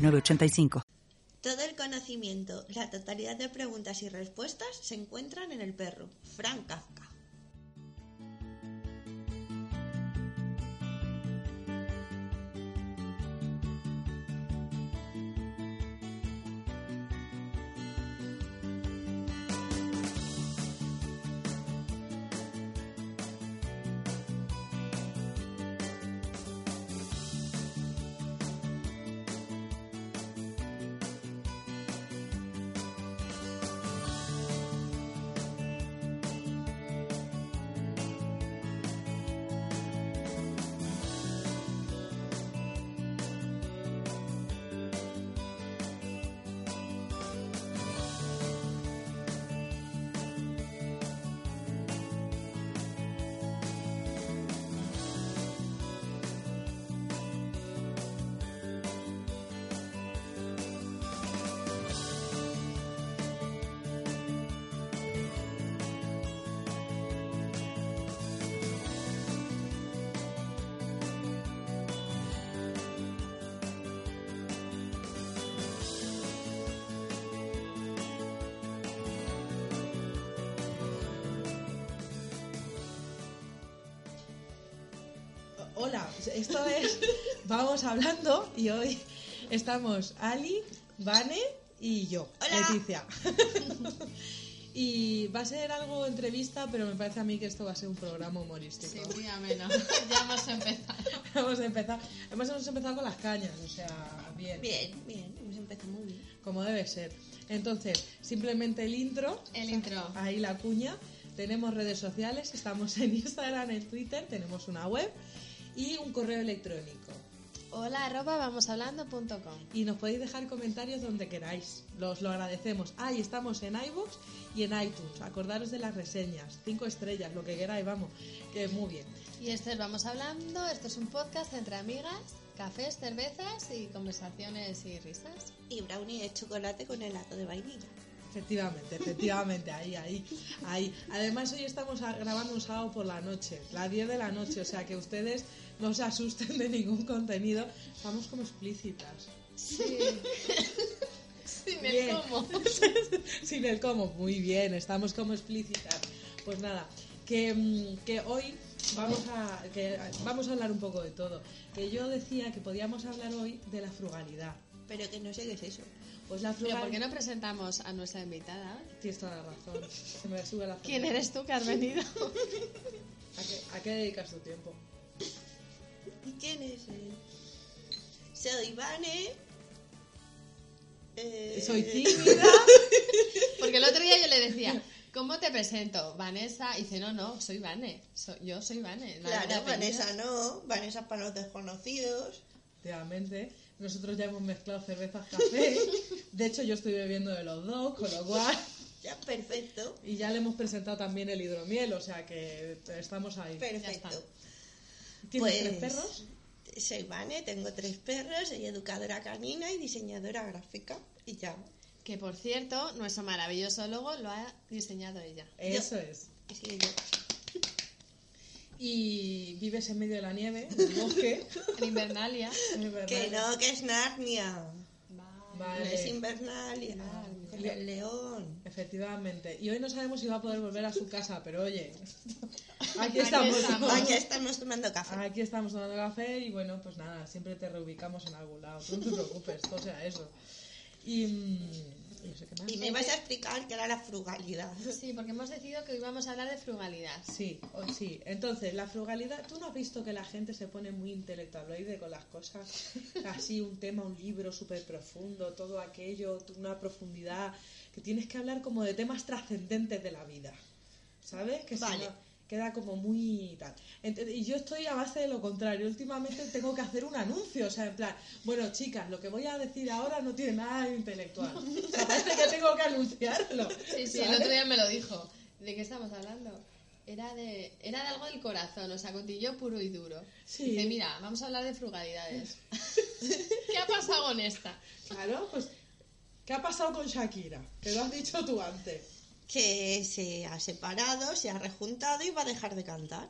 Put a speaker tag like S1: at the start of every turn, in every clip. S1: 985.
S2: Todo el conocimiento, la totalidad de preguntas y respuestas se encuentran en el perro, Frank Kafka.
S3: Hola, esto es Vamos Hablando y hoy estamos Ali, Vane y yo,
S2: Hola.
S3: Leticia. Y va a ser algo entrevista, pero me parece a mí que esto va a ser un programa humorístico.
S4: Sí, muy ameno. ya hemos empezado.
S3: Vamos a empezar. Además hemos empezado con las cañas, o sea, bien,
S2: Bien, bien, hemos empezado muy bien.
S3: como debe ser. Entonces, simplemente el intro,
S4: El intro.
S3: ahí la cuña. Tenemos redes sociales, estamos en Instagram, en Twitter, tenemos una web y un correo electrónico.
S4: Hola, arroba vamoshablando.com.
S3: y nos podéis dejar comentarios donde queráis. Los lo agradecemos. Ah, y estamos en iVoox y en iTunes. Acordaros de las reseñas. Cinco estrellas, lo que queráis, vamos. Que muy bien.
S4: Y esto es Vamos Hablando. Esto es un podcast entre amigas, cafés, cervezas y conversaciones y risas.
S2: Y brownie de chocolate con helado de vainilla.
S3: Efectivamente, efectivamente, ahí, ahí, ahí. Además hoy estamos a- grabando un sábado por la noche, las 10 de la noche, o sea que ustedes no se asusten de ningún contenido. Estamos como explícitas.
S4: Sí. Sin el
S3: Bien.
S4: cómo.
S3: Sin el cómo, muy bien, estamos como explícitas. Pues nada, que, mm, que hoy vamos a, que vamos a hablar un poco de todo. Que yo decía que podíamos hablar hoy de la frugalidad.
S2: Pero que no sé qué es eso.
S3: Pues la
S4: Pero ¿por qué
S3: frugalidad...
S4: no presentamos a nuestra invitada?
S3: Tienes toda la razón, se me sube la
S4: ¿Quién
S3: frugalidad.
S4: eres tú que has venido?
S3: ¿A qué, a qué dedicas tu tiempo?
S2: ¿Y quién es él? Soy Vane. Eh,
S3: Soy tímida.
S4: Porque el otro día yo le decía, ¿cómo te presento? Vanessa. Y dice, no, no, soy Vane. So- yo soy Vane. no hay
S2: Claro,
S4: apellido".
S2: Vanessa no. Vanessa para los desconocidos.
S3: Efectivamente, nosotros ya hemos mezclado cervezas, café. De hecho, yo estoy bebiendo de los dos, con lo cual...
S2: Ya, perfecto.
S3: Y ya le hemos presentado también el hidromiel, o sea que estamos ahí.
S2: Perfecto.
S3: ¿Tienes
S2: Pues,
S3: tres perros?
S2: Soy Vane, tengo tres perros, soy educadora canina y diseñadora gráfica. Y ya.
S4: Que por cierto, nuestro maravilloso logo lo ha diseñado ella.
S3: Eso es.
S2: Así que yo.
S3: Y vives en medio de la nieve, en el bosque.
S4: En Invernalia.
S3: es verdad.
S2: Que no, que es Narnia. No
S3: Vale.
S2: es Invernalia. El
S3: Vale.
S2: león.
S3: Efectivamente. Y hoy no sabemos si va a poder volver a su casa, pero oye, aquí estamos.
S4: Aquí estamos.
S2: Aquí estamos tomando café.
S3: Aquí estamos tomando café y bueno, pues nada, siempre te reubicamos en algún lado. Tú no te preocupes, todo sea eso. Y. mm, y no sé qué más.
S2: Y me ibas a explicar qué era la frugalidad.
S4: Sí, porque hemos decidido que hoy vamos a hablar de frugalidad.
S3: Sí, o- sí. Entonces, la frugalidad. ¿Tú no has visto que la gente se pone muy intelectualoide con las cosas? Así, un tema, un libro súper profundo, todo aquello, t- una profundidad. Que tienes que hablar como de temas trascendentes de la vida. ¿Sabes? Que si
S2: Vale.
S3: no- queda como muy tal. Ent- Y yo estoy a base de lo contrario. Últimamente tengo que hacer un anuncio, o sea, en plan, bueno, chicas, lo que voy a decir ahora no tiene nada de intelectual. O sea, parece que tengo que anunciarlo.
S4: Sí, sí, el
S3: ¿sabes?
S4: otro día me lo dijo. ¿De qué estamos hablando? Era de, era de algo del corazón, o sea, cotilleo puro y duro.
S3: Sí.
S4: Dice, mira, vamos a hablar de frugalidades. ¿Qué ha pasado con esta?
S3: Claro, pues, ¿qué ha pasado con Shakira? Que lo has dicho tú antes.
S2: Que se ha separado, se ha rejuntado y va a dejar de cantar.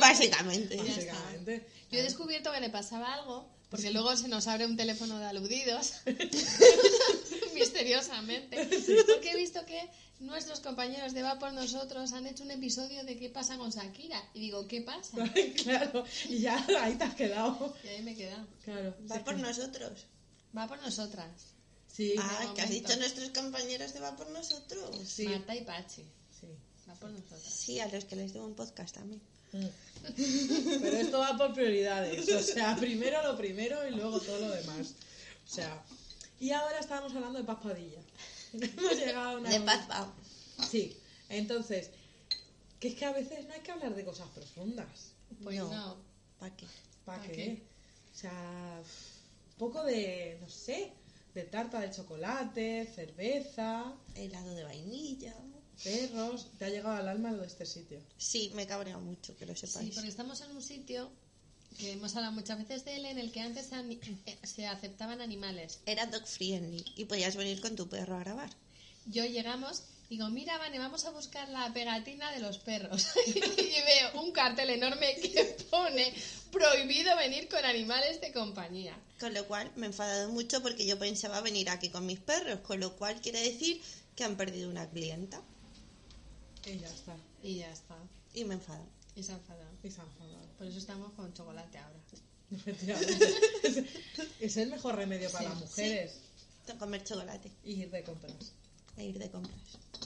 S2: Básicamente.
S4: Ya está.
S3: Básicamente.
S4: Yo he descubierto que le pasaba algo, porque luego se nos abre un teléfono de aludidos, misteriosamente, porque he visto que nuestros compañeros de Va por Nosotros han hecho un episodio de qué pasa con Shakira. Y digo, ¿qué pasa?
S3: claro, y ya ahí te has quedado.
S4: Y ahí me he quedado.
S3: Claro.
S2: Va por nosotros.
S4: Va por nosotras,
S3: Sí,
S2: Ah, que has
S4: momento.
S2: dicho nuestros compañeros de Va por nosotros.
S3: sí.
S4: Marta y Pachi.
S3: sí.
S4: Va por nosotras.
S2: Sí, a los que les debo un podcast también.
S3: Pero esto va por prioridades. O sea, primero lo primero y luego todo lo demás. O sea, y ahora estábamos hablando de Paz Padilla. Hemos llegado a una.
S2: De Paz Pau.
S3: Sí, entonces, que es que a veces no hay que hablar de cosas profundas.
S4: Pues
S2: No.
S4: no.
S2: ¿Para qué?
S3: ¿Para
S4: ¿Pa
S3: qué?
S4: qué?
S3: O sea, un poco de, no sé, de tarta de chocolate, cerveza,
S2: Helado de vainilla.
S3: perros. Te ha llegado al alma lo de este sitio.
S2: Sí, me cabrea mucho, que lo
S4: Sí,
S2: sepáis.
S4: porque estamos en un sitio que hemos hablado muchas veces de él, en el que antes se ani- eh, se aceptaban animales.
S2: Era dog friendly y podías venir con tu perro a grabar.
S4: Yo llegamos, digo, mira, Vane, vamos a buscar la pegatina de los perros. y veo un cartel enorme que pone prohibido venir con animales de compañía.
S2: Con lo cual me he enfadado mucho porque yo pensaba venir aquí con mis perros, con lo cual quiere decir que han perdido una clienta
S3: Y ya está.
S4: Y ya está.
S2: y me enfado.
S4: Y se ha enfadado.
S3: Y se han enfadado.
S4: Por eso estamos con chocolate ahora.
S3: Efectivamente. Es- es el mejor remedio para
S4: Sí,
S3: las mujeres.
S2: Tengo que comer chocolate
S3: Y ir de compras.
S2: e ir de compras.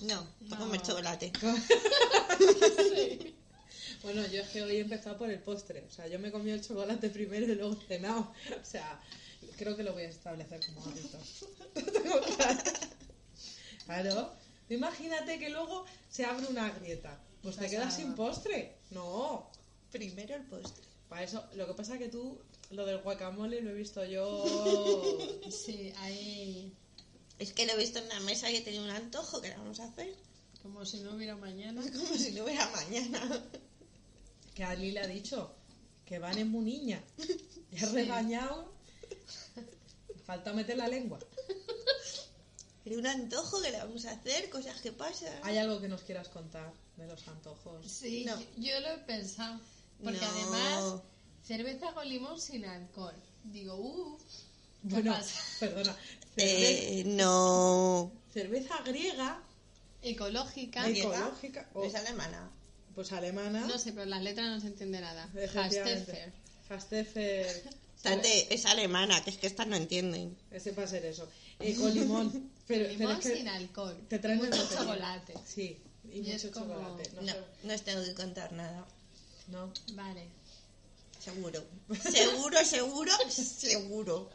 S2: No, tengo que
S4: No.
S2: comer chocolate.
S3: Bueno, yo es que hoy he empezado por el postre. O sea, yo me comí el chocolate primero y luego he cenado. O sea, creo que lo voy a establecer como hábito. Tengo claro. Claro. Tú Imagínate que luego se abre una grieta. Pues te
S4: Estás
S3: quedas
S4: salva.
S3: sin postre. No.
S2: Primero el postre.
S3: Para eso, lo que pasa es que tú, lo del guacamole lo he visto yo.
S4: Sí, ahí
S2: Es que lo he visto en una mesa y he tenido un antojo que le vamos a hacer
S4: como si no hubiera mañana.
S2: como si no hubiera mañana.
S3: Que a Lila ha dicho que Van es muy niña. Y ha regañado. Falta meter la lengua.
S2: Pero un antojo que le vamos a hacer, cosas que pasan.
S3: ¿Hay algo que nos quieras contar de los antojos?
S4: Sí,
S2: No.
S4: yo, yo lo he pensado. Porque
S2: No.
S4: además, cerveza con limón sin alcohol. Digo, "Uh, uff,
S3: Bueno,
S4: pasa?
S3: perdona. Cerve-
S2: Eh, no.
S3: cerveza griega,
S4: ecológica.
S3: Ay,
S2: Griega,
S3: Ecológica, Oh. o-
S2: Es alemana.
S3: pues alemana.
S4: No sé, pero las letras no se entiende nada.
S3: efectivamente.
S4: Hastefer.
S3: Hastefer.
S2: Tate, es alemana, que es que estas no entienden.
S3: Ese va a ser eso. Eh, con limón. Pero, pero
S4: Limón
S3: es que
S4: sin alcohol.
S3: te traen
S4: mucho
S3: el botellín.
S4: chocolate.
S3: Sí, y,
S4: Y
S3: mucho
S4: es como-
S3: chocolate. No.
S2: No, no os tengo que contar nada.
S3: no.
S4: Vale.
S2: Seguro. Seguro, seguro, seguro.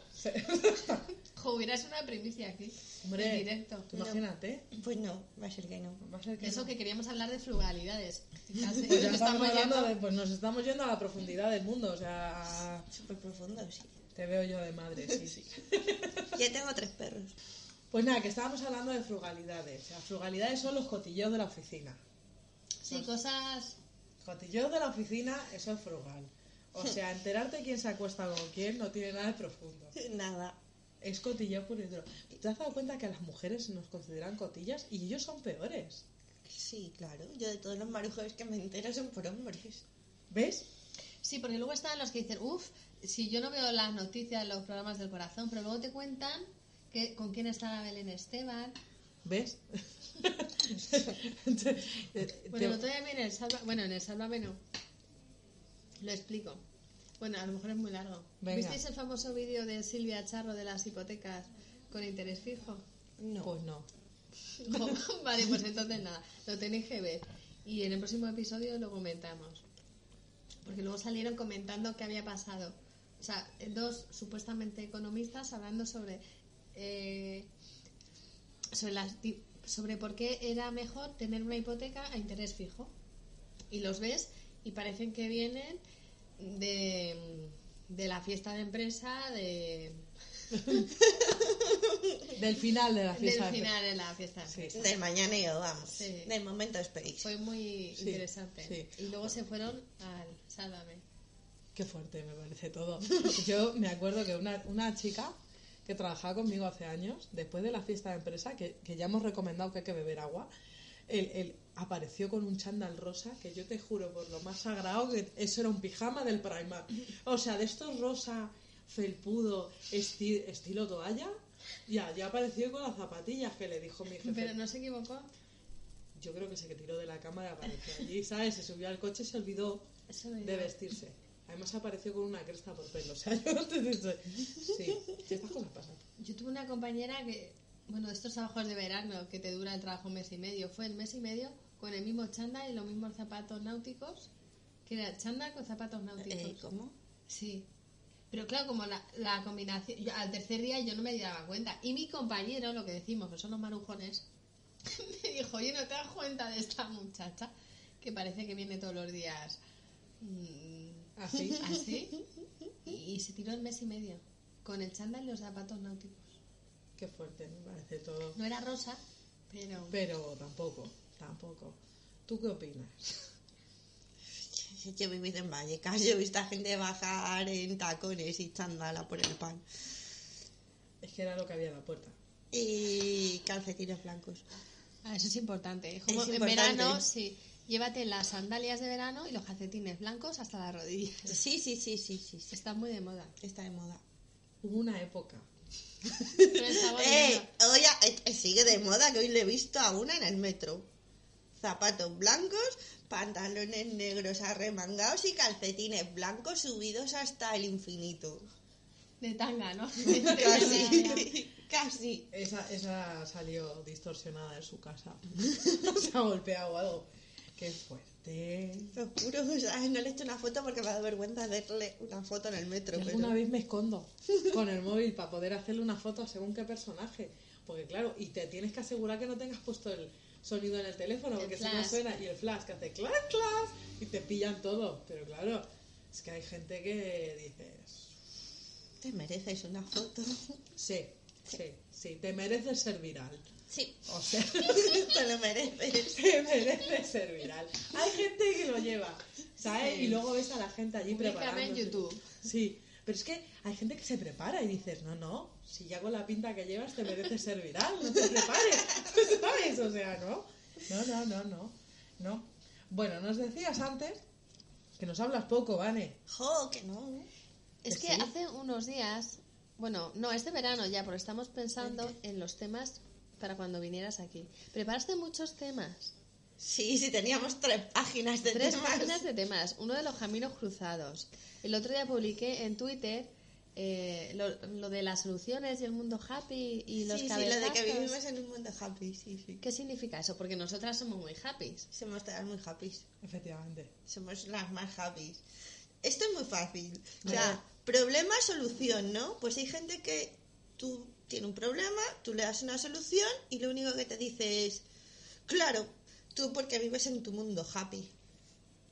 S4: Jubilas una primicia aquí.
S3: Hombre,
S4: En directo.
S3: tú imagínate.
S2: Pues no, va a ser que no.
S3: Va a ser que
S4: Eso
S3: no.
S4: que queríamos hablar de frugalidades. Fíjate,
S3: Pues ya
S4: nos
S3: estamos
S4: estamos
S3: hablando
S4: yendo-
S3: de- pues nos estamos yendo a la profundidad del mundo, o sea,
S2: Súper profundo, sí.
S3: te veo yo de madre, sí, sí.
S2: Ya tengo tres perros.
S3: Pues nada, que estábamos hablando de frugalidades. Las frugalidades son los cotillos de la oficina.
S4: Sí, cosas.
S3: Cotillos de la oficina, eso es frugal. O sea, enterarte quién se acuesta con quién no tiene nada de profundo.
S2: Nada.
S3: Es cotilleo puro y duro. ¿Te has dado cuenta que a las mujeres nos consideran cotillas y ellos son peores?
S2: Sí, claro. Yo de todos los marujos que me entero son por hombres.
S3: ¿Ves?
S4: Sí, porque luego están los que dicen, uff, si yo no veo las noticias, los programas del corazón, pero luego te cuentan que, con quién está la Belén Esteban.
S3: ¿Ves? eh,
S4: Bueno, el otro día vi en el Salva... Bueno, en el Sálvame no. Lo explico. Bueno, a lo mejor es muy largo.
S3: Venga.
S4: ¿Visteis el famoso vídeo de Silvia Charro de las hipotecas con interés fijo?
S2: No.
S3: pues no.
S4: No, vale, pues entonces nada, lo tenéis que ver. Y en el próximo episodio lo comentamos. Porque luego salieron comentando qué había pasado. O sea, dos supuestamente economistas hablando sobre, eh, sobre las di- sobre por qué era mejor tener una hipoteca a interés fijo. Y los ves y parecen que vienen de, de la fiesta de empresa, de,
S3: Del final de la
S4: del
S3: fiesta.
S4: final de la fiesta. de empresa.
S3: Sí.
S2: Del mañaneo, vamos.
S4: Sí.
S2: Del momento Space.
S4: Fue muy
S3: Sí,
S4: interesante.
S3: sí.
S4: Y luego se fueron al Sálvame.
S3: Qué fuerte me parece todo. Yo me acuerdo que una, una chica que trabajaba conmigo hace años, después de la fiesta de empresa, que, que ya hemos recomendado que hay que beber agua, él, él apareció con un chándal rosa que yo te juro por lo más sagrado que eso era un pijama del Primark. O sea, de estos rosa felpudo esti- estilo toalla, ya, ya apareció con las zapatillas que le dijo mi jefe.
S4: Pero no se equivocó.
S3: Yo creo que se tiró de la cama y apareció allí, ¿sabes? Se subió al coche y se olvidó
S4: Eso me-
S3: de vestirse. Además apareció con una cresta por pelo. O sea, yo no te dice- Sí, estas cosas pasan.
S4: Yo tuve una compañera que, bueno, estos trabajos de verano que te dura el trabajo un mes y medio, fue el mes y medio con el mismo chándal y los mismos zapatos náuticos, que era chándal con zapatos náuticos.
S2: Eh, ¿Cómo?
S4: Sí. Pero claro, como la, la combinación, yo al tercer día yo no me daba cuenta. Y mi compañero, lo que decimos, que son los marujones, me dijo, oye, ¿no te das cuenta de esta muchacha que parece que viene todos los días mm,
S3: Así.
S4: así? Y se tiró el mes y medio, con el chándal y los zapatos náuticos.
S3: Qué fuerte, me parece todo.
S4: No era rosa, pero...
S3: Pero tampoco, tampoco. ¿Tú qué opinas?
S2: Yo he vivido en Vallecas, yo he visto a gente bajar en tacones y chandala por el pan.
S3: Es que era lo que había en la puerta.
S2: Y calcetines blancos.
S4: Ah, eso es importante. Es como
S2: Es
S4: en
S2: importante.
S4: verano, sí. Llévate las sandalias de verano y los calcetines blancos hasta las rodillas.
S2: Sí, sí, sí, sí, sí. sí.
S4: Está muy de moda.
S2: Está de moda.
S3: Hubo una época.
S4: Pero está volviendo.
S2: Eh, hoy a- eh, eh, sigue de moda que hoy le he visto a una en el metro. Zapatos blancos, pantalones negros arremangados y calcetines blancos subidos hasta el infinito.
S4: De tanga, ¿no?
S2: Casi, casi.
S3: Esa, esa salió distorsionada de su casa. Se ha golpeado o algo. Qué fuerte.
S2: Te lo juro, o sea, no le he hecho una foto porque me da vergüenza hacerle una foto en el metro.
S3: Yo
S2: Pero...
S3: Alguna vez me escondo con el móvil para poder hacerle una foto a según qué personaje. Porque claro, y te tienes que asegurar que no tengas puesto el sonido en el teléfono,
S4: El
S3: porque si no
S4: flash.
S3: suena y el flash que hace clac, clac, y te pillan todo. Pero claro, es que hay gente que dices,
S2: Te mereces una foto.
S3: sí, sí, sí, te mereces ser viral.
S2: Sí,
S3: O sea,
S2: te lo mereces.
S3: te mereces ser viral. Hay gente que lo lleva, ¿sabes?
S4: Sí.
S3: Y luego ves a la gente allí
S4: Públicame
S3: preparándose.
S4: en YouTube.
S3: Sí, pero es que hay gente que se prepara y dices, no, no, si ya con la pinta que llevas te mereces ser viral, no te prepares, ¿sabes? O sea, no, no, no, no, no, no. Bueno, nos decías antes que nos hablas poco, Vane.
S2: Jo, que no.
S4: Es que
S3: ¿Sí?
S4: hace unos días, bueno, no, este verano ya, porque estamos pensando en los temas para cuando vinieras aquí. Preparaste muchos temas.
S2: Sí, sí, teníamos tres páginas de
S4: Tres
S2: temas.
S4: páginas de temas. Uno de los caminos cruzados. El otro día publiqué en Twitter eh, lo, lo de las soluciones y el mundo happy y los
S2: sí, sí, lo de
S4: cabezazos.
S2: que vivimos en un mundo happy, sí, sí.
S4: ¿Qué significa eso? Porque nosotras somos muy happy.
S2: Somos todas muy happy.
S3: Efectivamente.
S2: Somos las más happy. Esto es muy fácil. O sea, problema, solución, ¿no? Pues hay gente que tú tienes un problema, tú le das una solución y lo único que te dice es, claro, tú porque vives en tu mundo happy.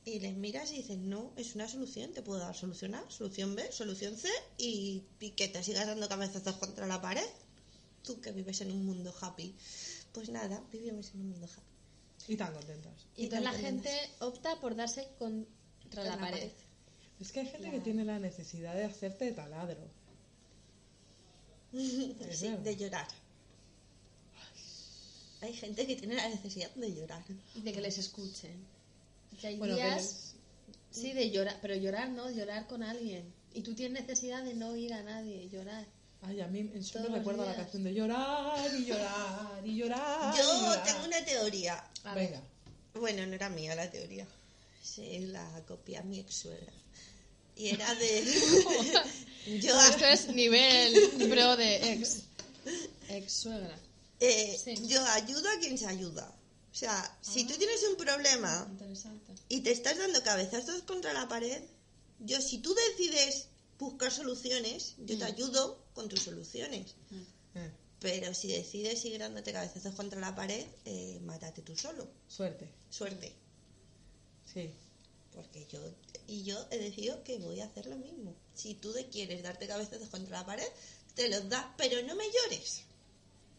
S2: Y les miras y dices, no, es una solución, te puedo dar solución A, solución B, solución C y, y que te sigas dando cabezazos contra la pared. Tú que vives en un mundo happy. Pues nada, vivimos en un mundo happy.
S3: Y tan contentas.
S4: Y
S2: Y tan
S4: entonces la gente
S2: tremendas.
S4: opta por darse contra la,
S2: la pared.
S4: pared.
S3: Es que hay gente que
S4: Claro.
S3: tiene la necesidad de hacerte taladro. Es
S2: Sí,
S3: verdad.
S2: de llorar. Hay gente que tiene la necesidad de llorar.
S4: y de que les escuchen. Que hay
S3: Bueno, que
S4: días,
S3: les-
S4: sí, de llorar, pero llorar no, llorar con alguien. Y tú tienes necesidad de no ir a nadie, llorar.
S3: Ay, a mí eso
S4: Todos
S3: me
S4: los
S3: recuerda la
S4: días.
S3: canción de llorar y llorar y llorar. y
S2: Yo
S3: llorar.
S2: tengo una teoría.
S4: A ver,
S3: Venga,
S2: Bueno, no era mía la teoría. Se la copia mi ex suegra. Y era de. Yo.
S4: esto es nivel pro de ex, ex suegra.
S2: eh,
S4: sí.
S2: Yo ayudo a quien se ayuda. O sea, si tú tienes un problema
S4: Interesante.
S2: y te estás dando cabezazos contra la pared, yo, si tú decides buscar soluciones, yo te ayudo con tus soluciones.
S3: Eh,
S2: Pero si decides ir dándote cabezazos contra la pared, eh, mátate tú solo.
S3: Suerte.
S2: Suerte.
S3: Sí.
S2: Porque yo y yo he decidido que voy a hacer lo mismo. Si tú de quieres darte cabezazos contra la pared, te los das, pero no me llores.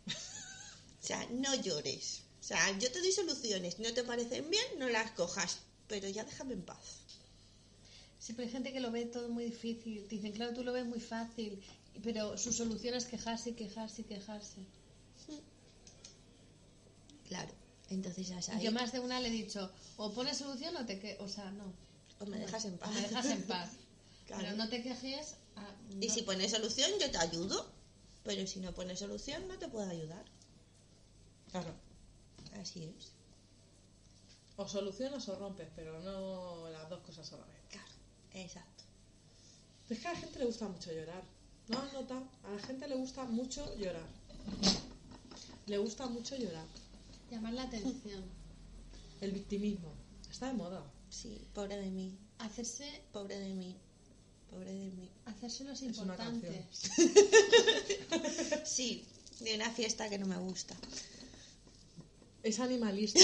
S2: o sea, no llores. O sea, yo te doy soluciones. No te parecen bien, no las cojas. Pero ya déjame en paz.
S4: Siempre hay gente que lo ve todo muy difícil. Dicen, claro, tú lo ves muy fácil, pero su solución es quejarse y quejarse y quejarse.
S2: Claro. Entonces ya
S4: Y yo
S2: sabes.
S4: más de una le he dicho, o pones solución o te que, o sea, no.
S2: O me dejas en paz.
S4: O me dejas en paz.
S2: Claro.
S4: Pero no te quejes. ah,
S2: Y
S4: no.
S2: si pones solución, yo te ayudo. Pero si no pones solución, no te puedo ayudar.
S3: Claro.
S2: Así es.
S3: O solucionas o rompes, pero no las dos cosas a la vez.
S2: Claro. Exacto.
S3: Es que a la gente le gusta mucho llorar. ¿No has notado? A la gente le gusta mucho llorar. Le gusta mucho llorar.
S4: Llamar la atención.
S3: El victimismo. Está de moda.
S2: Sí, pobre de mí.
S4: Hacerse,
S2: Pobre de mí. Pobre de mí.
S4: hacerse los
S3: Es una canción.
S4: importantes.
S2: Sí, de una fiesta que no me gusta.
S3: Es animalista,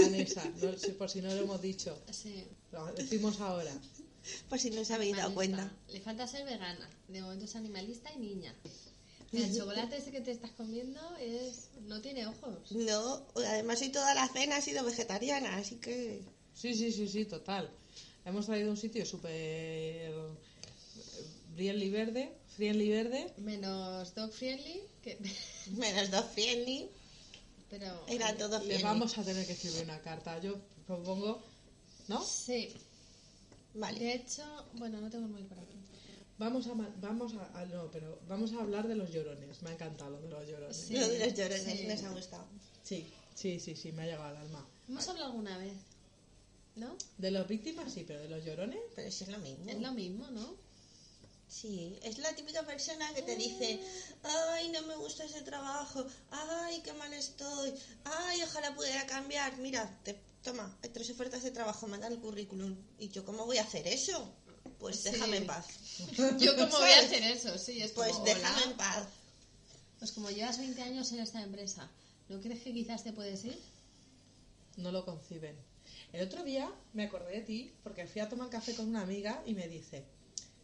S3: Vanessa, no sé por si no lo hemos dicho.
S4: Sí.
S3: Lo decimos ahora.
S2: Por si no os habéis dado
S4: Animalista.
S2: cuenta.
S4: Le falta ser vegana. De momento es animalista y niña. Mira, El chocolate ese que te estás comiendo es no tiene ojos.
S2: No, además hoy toda la cena ha sido vegetariana, así que...
S3: Sí, sí, sí, sí, total. Hemos traído un sitio súper. Friendly verde, friendly verde.
S4: Menos dog friendly, que...
S2: Menos dos friendly,
S4: pero...
S2: era todo
S3: Le
S2: friendly.
S3: vamos a tener que escribir una carta. Yo propongo. ¿No?
S4: Sí.
S2: Vale.
S4: De hecho, bueno, no tengo el móvil por aquí.
S3: Vamos a. ma- Vamos a. a- No, pero vamos a hablar de los llorones. Me ha encantado lo de los llorones.
S4: Sí.
S2: Lo de los llorones
S4: Sí.
S2: nos ha gustado.
S3: Sí, sí, sí, sí, me ha llegado al alma.
S4: Hemos hablado alguna vez, ¿no?
S2: Uh.
S3: De las víctimas sí, pero de los llorones.
S2: Pero si es lo mismo.
S4: Es lo mismo, ¿no?
S2: Sí, es la típica persona que te dice, ay, no me gusta ese trabajo, ay, qué mal estoy, ay, ojalá pudiera cambiar. Mira, te, toma, hay tres ofertas de trabajo, manda el currículum. ¿Y yo cómo voy a hacer eso? Pues
S4: Sí.
S2: déjame en paz.
S4: Yo como voy a
S2: ¿Sabes?
S4: hacer eso, sí, es
S2: Pues
S4: como,
S2: déjame
S4: "Hola".
S2: en paz.
S4: Pues como llevas 20 años en esta empresa, ¿no crees que quizás te puedes ir?
S3: no lo conciben. El otro día me acordé de ti porque fui a tomar café con una amiga y me dice,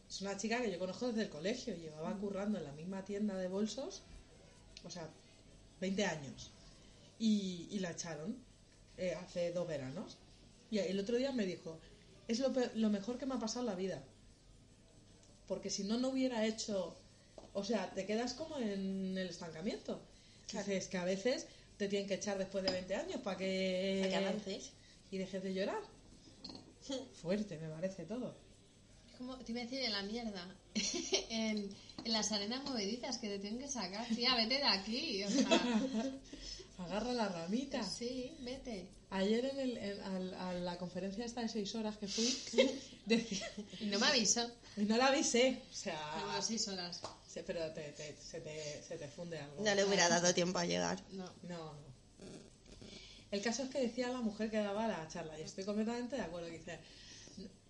S3: es una chica que yo conozco desde el colegio, llevaba currando en la misma tienda de bolsos, o sea, 20 años, y, y la echaron eh, hace dos veranos. Y el otro día me dijo, es lo, pe- lo mejor que me ha pasado en la vida, porque si no, no hubiera hecho, o sea, te quedas como en el estancamiento.
S2: Claro.
S3: Dices que a veces te tienen que echar después de 20 años para
S4: Eh,
S3: que
S2: Para que avances.
S3: y dejes de llorar. Fuerte, me parece todo.
S4: Como te iba a decir en la mierda, en, en las arenas movedizas que te tienen que sacar. Tía, vete de aquí, o sea,
S3: Agarra la ramita.
S4: sí, vete.
S3: Ayer en, el- en- al- a la conferencia esta de seis horas que fui, decía,
S4: Y no me avisó.
S3: y no la avisé. O sea,
S4: Llevo seis horas.
S3: se- pero te, te- se, te, se te funde algo.
S2: No le hubiera dado tiempo a llegar.
S4: No.
S3: No, no. El caso es que decía la mujer que daba la charla, y estoy completamente de acuerdo, que dice,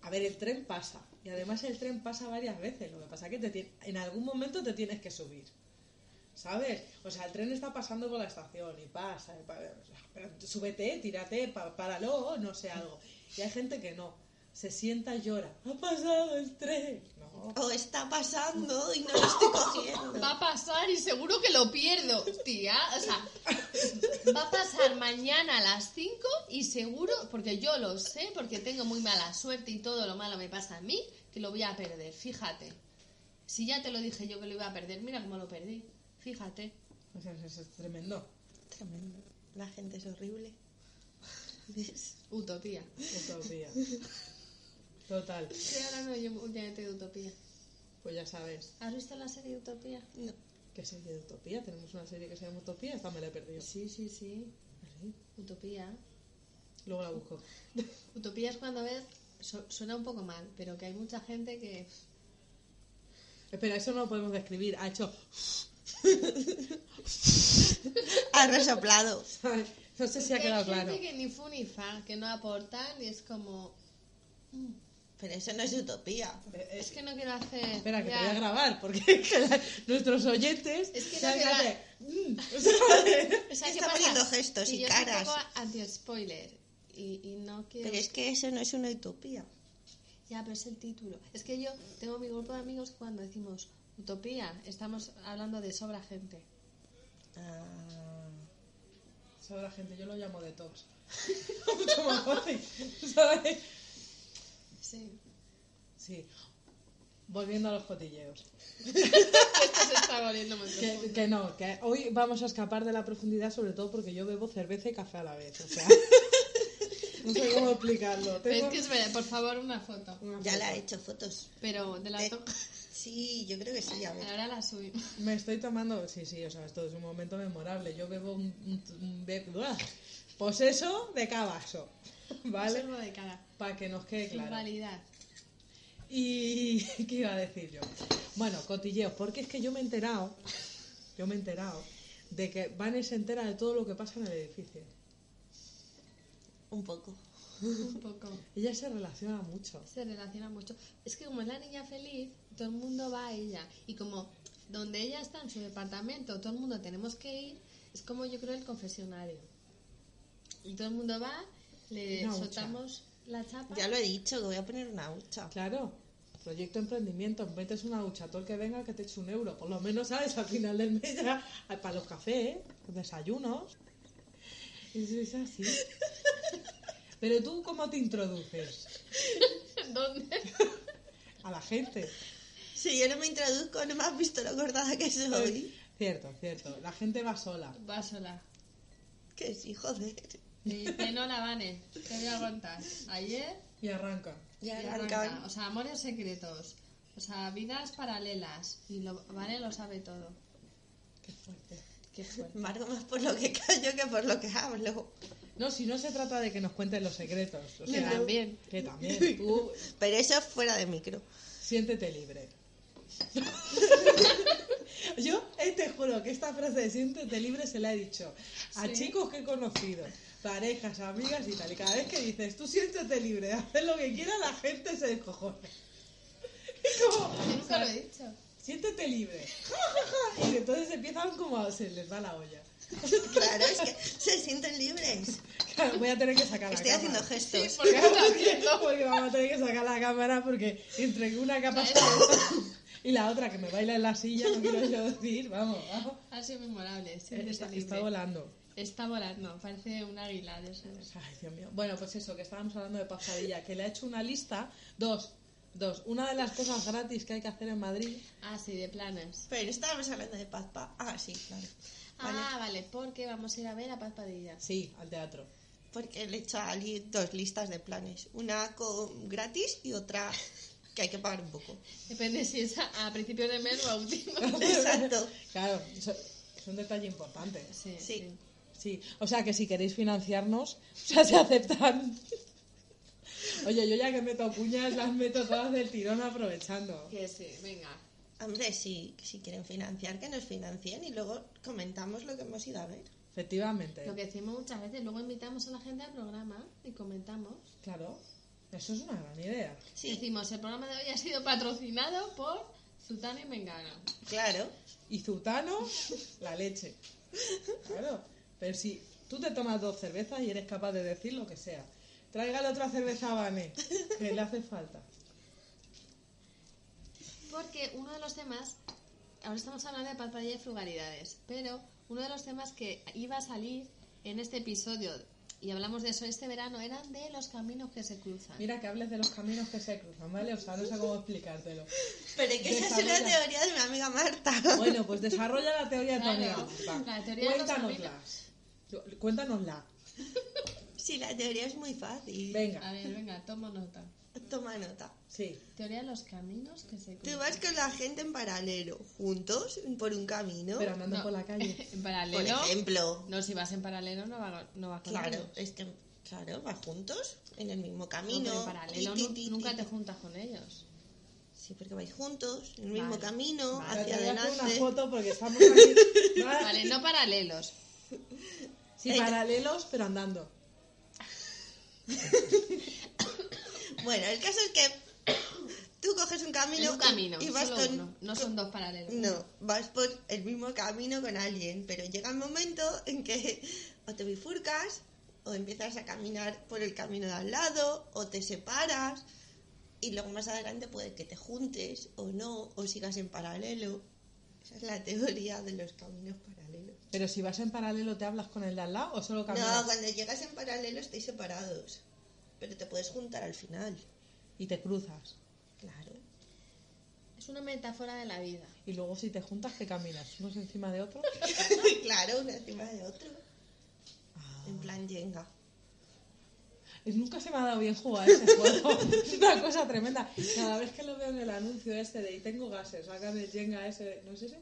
S3: a ver, el tren pasa, y además el tren pasa varias veces, lo que pasa es que te ti- en algún momento te tienes que subir, ¿sabes? O sea, el tren está pasando por la estación y pasa, y pa- o sea, pero súbete, tírate, pa- páralo, no sé, algo. Y hay gente que no, se sienta y llora, ha pasado el tren. No,
S2: O está pasando y no lo estoy cogiendo.
S4: Va a pasar y seguro que lo pierdo, tía. O sea, va a pasar mañana a las 5 y seguro, porque yo lo sé, porque tengo muy mala suerte y todo lo malo me pasa a mí, que lo voy a perder, fíjate. Si ya te lo dije yo que lo iba a perder, mira cómo lo perdí, fíjate.
S3: o sea, eso es tremendo.
S2: Tremendo. La gente es horrible. ¿Ves?
S4: Utopía.
S3: Utopía. Total,
S4: Estoy hablando yo últimamente de Utopía.
S3: pues ya sabes.
S4: ¿Has visto la serie Utopía?
S2: No.
S3: ¿Qué serie de Utopía? Tenemos una serie que se llama Utopía, esta me la he perdido.
S4: Sí, sí, sí.
S3: Vale,
S4: Utopía.
S3: Luego la busco.
S4: Utopía es cuando ves, su- suena un poco mal, pero que hay mucha gente que...
S3: Espera, eso no lo podemos describir. Ah, Ha hecho.
S2: Ha resoplado.
S3: No sé si ha
S4: Porque
S3: quedado
S4: hay gente
S3: claro.
S4: que ni fu ni fa, que no aportan y es como... mm,
S2: Pero eso no es utopía.
S3: Eh,
S4: Es que no quiero hacer.
S3: Espera, que
S4: ya.
S3: te voy a grabar, porque que la- nuestros oyentes.
S4: Es que no
S3: se han-
S4: queda-
S3: se hace, "Mm", ¿sabes?
S4: O
S2: Es
S4: sea,
S2: que
S4: ¿qué
S2: está
S4: pasa?
S2: poniendo gestos y
S4: yo
S2: caras.
S4: soy un poco anti-spoiler. Y, y no quiero.
S2: Pero es que eso no es una utopía.
S4: Ya, pero es el título. Es que yo tengo mi grupo de amigos cuando decimos utopía, estamos hablando de sobra gente.
S2: Ah,
S3: Sobre la gente, yo lo llamo detox. Mucho más fácil, ¿sabes?
S4: Sí.
S3: Sí. Volviendo a los cotilleos.
S4: Esto se está volviendo muy
S3: Que,
S4: profundo.
S3: que no, que hoy vamos a escapar de la profundidad, sobre todo porque yo bebo cerveza y café a la vez. O sea, no sé cómo explicarlo.
S4: Pero
S3: Tengo
S4: es que espera, por favor, una foto.
S3: una
S2: ya la
S3: foto.
S2: he hecho fotos.
S4: Pero de la
S2: Eh,
S4: to-
S2: Sí, yo creo que sí, a ver.
S4: Ahora la subimos.
S3: Me estoy tomando, sí, sí, o sea, esto es un momento memorable. Yo bebo un, un- un be- ¡Buah! poseso de cabaso,
S4: Vale.
S3: ¿vale?
S4: de cara.
S3: Para que nos quede claro.
S4: Invalidad.
S3: ¿Y qué iba a decir yo? Bueno, cotilleos, porque es que yo me he enterado, yo me he enterado de que Vanes se entera de todo lo que pasa en el edificio.
S2: Un poco.
S4: Un poco.
S3: Ella se relaciona mucho.
S4: Se relaciona mucho. Es que como es la niña feliz, todo el mundo va a ella. Y como donde ella está en su departamento, todo el mundo tenemos que ir, es como yo creo el confesionario. Y todo el mundo va, le
S3: Una hucha.
S4: soltamos la chapa.
S2: Ya lo he dicho, que voy a poner una hucha.
S3: Claro, proyecto emprendimiento, metes una ducha, todo el que venga que te eche un euro, por lo menos sabes al final del mes ya a- para los cafés, los desayunos. Y eso es así. Pero tú, ¿cómo te introduces
S4: ¿Dónde?
S3: a la gente?
S2: Si yo no me introduzco, no me has visto lo acordada que soy.
S3: Cierto, cierto. La gente va sola.
S4: Va sola.
S2: Que sí, joder.
S4: Y que no la vane. Te voy a aguantar. Ayer
S3: Y arranca.
S2: Ya
S4: y arranca. O
S2: arrancan.
S4: sea, amores secretos. O sea, vidas paralelas. Y lo, Vane lo sabe todo.
S3: Qué fuerte.
S4: Qué fuerte.
S2: Marco más por lo que callo que por lo que hablo.
S3: No, si no se trata de que nos cuentes los secretos. O
S4: Que
S3: sea,
S4: también.
S3: Que también. Tú
S2: Pero eso es fuera de micro.
S3: Siéntete libre. Yo eh, te juro que esta frase de siéntete libre se la he dicho a
S4: Sí.
S3: chicos que he conocido, parejas, amigas y tal. Y cada vez que dices, tú siéntete libre de hacer lo que quieras, la gente se descojona. Es como,
S4: Yo nunca lo he dicho.
S3: siéntete libre. Ja, ja, ja. Y entonces empiezan como a, se les va la olla.
S2: Claro, es que se sienten libres.
S3: Claro, Voy a tener que sacar la
S2: Estoy haciendo
S3: cámara.
S2: gestos.
S3: porque, porque vamos a tener que sacar la cámara porque entre una capa y la otra que me baila en la silla, no quiero yo decir, vamos, vamos.
S4: Ha sido memorable. sí,
S3: Eh,
S4: desde
S3: Está,
S4: libre.
S3: está volando.
S4: Está volando, parece un águila de esos.
S3: Ay, Dios mío. Bueno, pues eso, que estábamos hablando de pasadilla, que le ha hecho una lista, dos, dos. Una de las cosas gratis que hay que hacer en Madrid,
S4: Ah, sí, de planes.
S2: Pero estábamos hablando de Paz Paz. Ah, sí, claro. Vale.
S4: Ah, vale, porque vamos a ir a ver a Paz Padilla.
S3: sí, al teatro.
S2: Porque le he hecho a Ali dos listas de planes. Una con gratis y otra que hay que pagar un poco.
S4: Depende si es a, a principios de mes o a último.
S2: Exacto.
S3: Claro, eso es un detalle importante.
S4: Sí,
S2: Sí.
S4: sí.
S3: Sí, o sea que si queréis financiarnos, o sea, se aceptan. Oye, yo ya que meto puñas, las meto todas del tirón aprovechando.
S4: Que sí, venga.
S2: Hombre, si, si quieren financiar, que nos financien y luego comentamos lo que hemos ido a ver.
S3: Efectivamente,
S4: Lo que decimos muchas veces, luego invitamos a la gente al programa y comentamos.
S3: claro, eso es una gran idea.
S2: Sí,
S4: Decimos, el programa de hoy ha sido patrocinado por Zutano y Mengano.
S2: claro.
S3: y Zutano, la leche. Claro, pero si tú te tomas dos cervezas y eres capaz de decir lo que sea, tráigale otra cerveza a Vane, que le hace falta.
S4: Porque uno de los temas, ahora estamos hablando de pantalla y frugalidades, pero uno de los temas que iba a salir en este episodio, y hablamos de eso este verano, eran de los caminos que se cruzan.
S3: Mira que hables de los caminos que se cruzan, ¿vale? O sea, no sé cómo explicártelo.
S2: Pero es que esa es una
S3: Desarrolla.
S2: teoría de mi amiga Marta.
S3: Bueno, pues desarrolla la teoría de tu
S4: Claro,
S3: amiga. Va,
S4: la teoría de los
S3: Cuéntanosla. Cuéntanosla.
S2: Sí, la teoría es muy fácil.
S4: A
S3: Venga.
S4: ver, venga, toma nota.
S2: Toma nota.
S3: Sí.
S4: Teoría de los caminos que se
S2: Tú
S4: cruzan.
S2: vas con la gente en paralelo, juntos, por un camino.
S3: Pero andando
S4: No.
S3: por la calle.
S2: por
S4: En paralelo.
S2: ejemplo.
S4: No, si vas en paralelo no va, no va con
S2: Claro,
S4: ellos.
S2: es que, claro, vas juntos en el mismo
S4: No, pero
S2: camino.
S4: en paralelo
S2: ti,
S4: nu-
S2: ti, ti,
S4: nunca
S2: ti.
S4: te juntas con ellos.
S2: Sí, porque vais juntos en el mismo
S4: Vale.
S2: camino,
S4: Vale.
S2: hacia
S3: Te voy a hacer una
S2: adelante.
S3: foto porque estamos aquí. ¿vale?
S4: Vale, no paralelos.
S3: Sí, paralelos, pero andando.
S2: Bueno, el caso es que tú coges un camino,
S4: Es un
S2: y-
S4: camino,
S2: y vas
S4: solo
S2: con-
S4: uno. No son dos paralelos.
S2: No, vas por el mismo camino con alguien, pero llega un momento en que o te bifurcas, o empiezas a caminar por el camino de al lado, o te separas, y luego más adelante puede que te juntes, o no, o sigas en paralelo. Esa es la teoría de los caminos paralelos.
S3: Pero si vas en paralelo, ¿te hablas con el de al lado o solo caminas?
S2: No, cuando llegas en paralelo estáis separados, pero te puedes juntar al final,
S3: Y te cruzas.
S2: claro.
S4: Es una metáfora de la vida.
S3: Y luego si te juntas, ¿qué caminas? ¿Unos encima de otros?
S2: claro, uno encima de otro,
S3: Ah.
S2: en plan yenga.
S3: Nunca se me ha dado bien jugar ese juego. Es una cosa tremenda. Cada vez que lo veo en el anuncio este de y tengo gases, sacan el Jenga ese, de- ¿no es ese?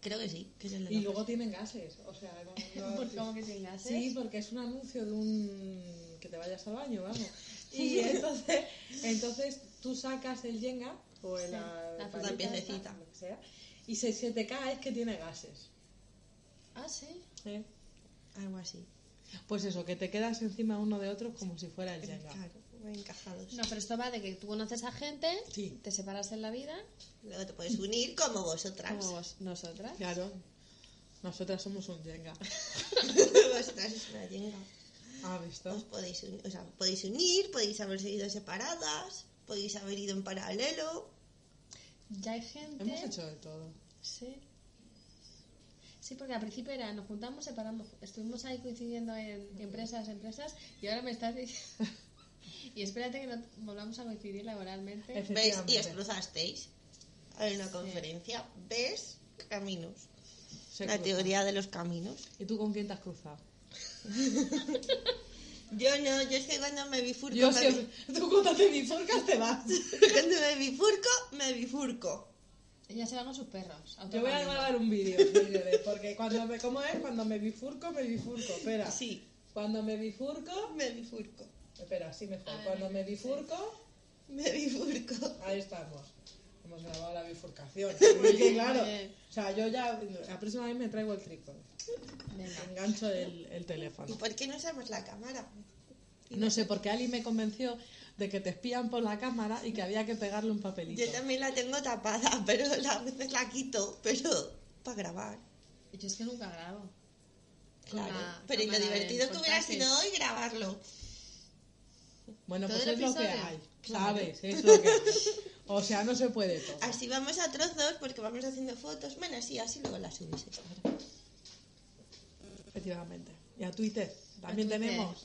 S2: Creo que sí, que es el de
S3: Y
S2: los
S3: luego tienen gases. O sea, como-
S4: Por cómo que sin gases.
S3: Sí, porque es un anuncio de un que te vayas al baño, vamos. Y entonces, entonces tú sacas el Jenga o el,
S4: la
S3: palita
S2: piececita.
S3: esta, lo que sea, y se, se te cae es que tiene gases.
S4: Ah, sí.
S3: ¿eh?
S2: Algo así.
S3: Pues eso, que te quedas encima uno de otro como si fuera el Jenga.
S2: Claro, muy encajados.
S4: No, pero esto va de que tú conoces a gente,
S3: Sí.
S4: te separas en la vida,
S2: Luego te puedes unir como vosotras.
S4: como vos- nosotras.
S3: Claro. Nosotras somos un Jenga.
S2: vosotras es una yenga.
S3: ¿Has visto?
S2: Os podéis, unir, o sea, podéis unir, podéis haber seguido separadas, podéis haber ido en paralelo.
S4: Ya hay gente.
S3: Hemos hecho de todo.
S4: Sí. Sí, porque al principio era, nos juntamos, separamos, estuvimos ahí coincidiendo en empresas, empresas, y ahora me estás diciendo... y espérate que no volvamos a coincidir laboralmente.
S2: ¿Ves? Y os
S3: Efectivamente.
S2: cruzasteis en una conferencia. ¿Ves? Caminos.
S3: Se
S2: la
S3: cruzan.
S2: teoría de los caminos.
S3: ¿Y tú con quién te has cruzado?
S2: Yo no, yo es que cuando me bifurco,
S3: Yo
S2: me,
S3: siempre. Tú cuando te bifurcas te vas.
S2: bif- cuando me bifurco, me bifurco.
S4: Ella se va con sus perros.
S3: Yo voy a
S4: autocaminando.
S3: grabar un vídeo, señores, porque cuando me. ¿Cómo es? Cuando me bifurco, me bifurco. Espera.
S2: Sí,
S3: Cuando me bifurco.
S2: me bifurco.
S3: Espera, así mejor.
S4: A ver,
S3: Cuando me
S4: sí.
S3: bifurco,
S2: Me bifurco.
S3: ahí estamos. Hemos grabado la bifurcación. Porque, claro.
S4: muy bien.
S3: O sea, yo ya. La próxima vez me traigo el trípode.
S4: Venga.
S3: Engancho el, el
S2: ¿Y
S3: teléfono.
S2: por qué no usamos la cámara?
S3: No sé, porque Ali me convenció de que te espían por la cámara y que había que pegarle un papelito.
S2: Yo también la tengo tapada, pero a veces la quito, pero para grabar.
S4: Yo es que nunca grabo. Con
S2: Claro.
S4: la
S2: pero y lo
S4: cámara del
S2: divertido que hubiera
S4: portátil.
S2: sido hoy grabarlo.
S3: Bueno,
S4: Todo
S3: pues
S4: el
S3: es lo que
S4: episodio.
S3: hay, ¿sabes? Es lo que hay. O sea, no se puede todo.
S2: Así vamos a trozos porque vamos haciendo fotos. Bueno, así, así luego las subís.
S3: Efectivamente. Y a Twitter también
S4: A Twitter.
S3: tenemos.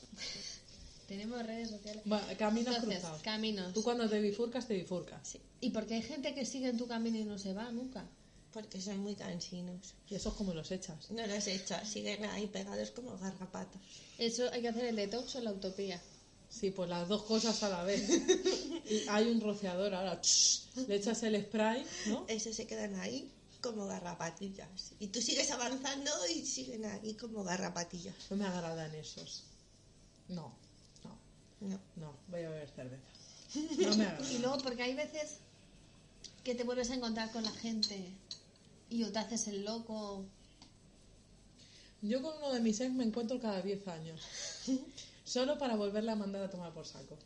S4: Tenemos redes sociales.
S3: Bueno, caminos
S4: Entonces,
S3: cruzados.
S4: caminos.
S3: Tú cuando te bifurcas, te bifurcas.
S2: Sí,
S4: ¿Y porque hay gente que sigue en tu camino y no se va nunca?
S2: porque son muy cansinos.
S3: Y eso es como los echas.
S2: No los he hecho, siguen ahí pegados como garrapatas.
S4: Eso hay que hacer el detox o la utopía.
S3: Sí, pues las dos cosas a la vez. Y hay un rociador ahora. ¡ch! Le echas el spray, ¿no?
S2: Esos se quedan ahí como garrapatillas. Y tú sigues avanzando y siguen ahí como garrapatillas.
S3: No me agradan esos. No, no,
S2: No.
S3: no. Voy a beber cerveza. No me
S4: Y
S3: agradan.
S4: luego, porque hay veces que te vuelves a encontrar con la gente y o te haces el loco.
S3: Yo con uno de mis ex me encuentro cada 10 años. Solo para volverle a mandar a tomar por saco.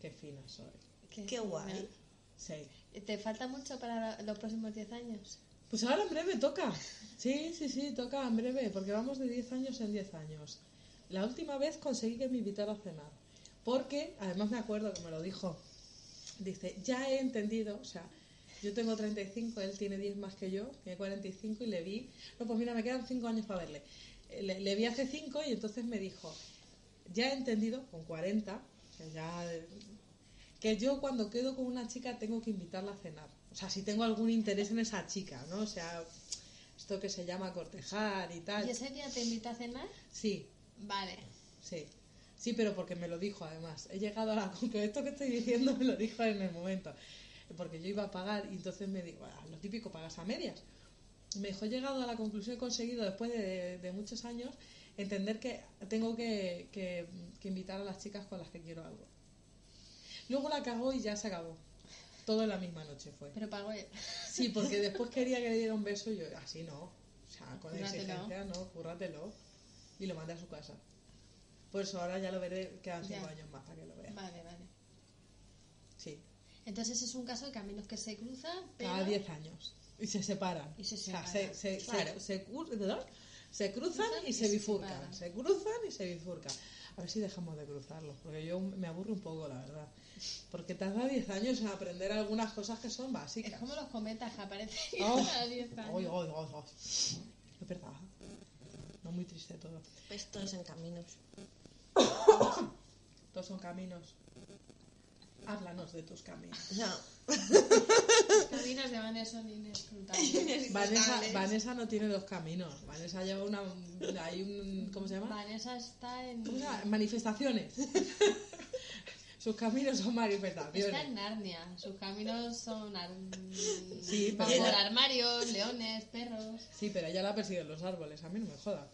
S3: Qué fina soy.
S4: que-
S2: Qué guay.
S3: Sí.
S4: ¿Te falta mucho para los próximos 10 años?
S3: Pues ahora en breve toca. Sí, sí, sí, toca en breve, porque vamos de 10 años en 10 años. La última vez conseguí que me invitara a cenar, porque además me acuerdo que me lo dijo. Dice, ya he entendido, o sea, yo tengo 35, él tiene 10 más que yo, tiene 45 y le vi, no, pues mira, me quedan 5 años para verle. Eh, Le, le vi hace 5 y entonces me dijo, ya he entendido, con 40, o sea, ya eh, que yo cuando quedo con una chica tengo que invitarla a cenar. O sea, si tengo algún interés en esa chica, ¿no? O sea, esto que se llama cortejar y tal.
S4: ¿Y ese día te invita a cenar?
S3: Sí,
S4: Vale.
S3: sí. Sí, pero porque me lo dijo además. He llegado a la conclusión, esto que estoy diciendo me lo dijo en el momento. Porque yo iba a pagar y entonces me dijo, "Ah, lo típico, pagas a medias. Me dijo, he llegado a la conclusión, he conseguido después de, de muchos años entender que tengo que, que- que invitar a las chicas con las que quiero algo. Luego la cagó y ya se acabó. Todo en la misma noche fue.
S4: Pero pago el-
S3: Sí, porque después quería que le diera un beso y yo, así no. O sea, con
S4: Cúrratelo.
S3: exigencia, no, cúrratelo. Y lo mandé a su casa. Por eso ahora ya lo veré, quedan cinco
S4: Ya.
S3: años más para que lo vea.
S4: Vale, vale.
S3: Sí.
S4: Entonces es un caso de caminos que se cruzan, pero
S3: Cada 10 años. Y se separan.
S4: Y se
S3: O sea,
S4: separan,
S3: se, se-
S2: claro.
S3: se- se cru- ¿no? Se cruzan y se bifurcan.
S4: separan.
S3: Se cruzan y se bifurcan. A ver si dejamos de cruzarlos, porque yo me aburro un poco, la verdad. Porque tarda 10 años en aprender algunas cosas que son
S4: es
S3: básicas.
S4: como los cometas que aparecen
S3: Oh,
S4: cada 10 años.
S3: Oy, oy, oy, oy. Es verdad. No muy triste todo.
S2: Pues todos en caminos.
S3: Todos son caminos. Háblanos de tus caminos.
S2: No.
S3: oh.
S4: Los caminos de Vanessa son inescrutables.
S3: Vanessa,
S2: Tales.
S3: Vanessa no tiene dos caminos. Vanessa lleva una. Hay un. ¿Cómo se llama?
S4: Vanessa está en,
S3: ¿Cómo se llama? Manifestaciones. Sus caminos son
S4: está en
S3: manifestaciones.
S4: Narnia. Sus caminos son ar...
S3: Sí,
S4: van
S3: pero-
S4: por armarios, leones, perros.
S3: Sí, pero ella la persiguen los árboles. A mí no me joda.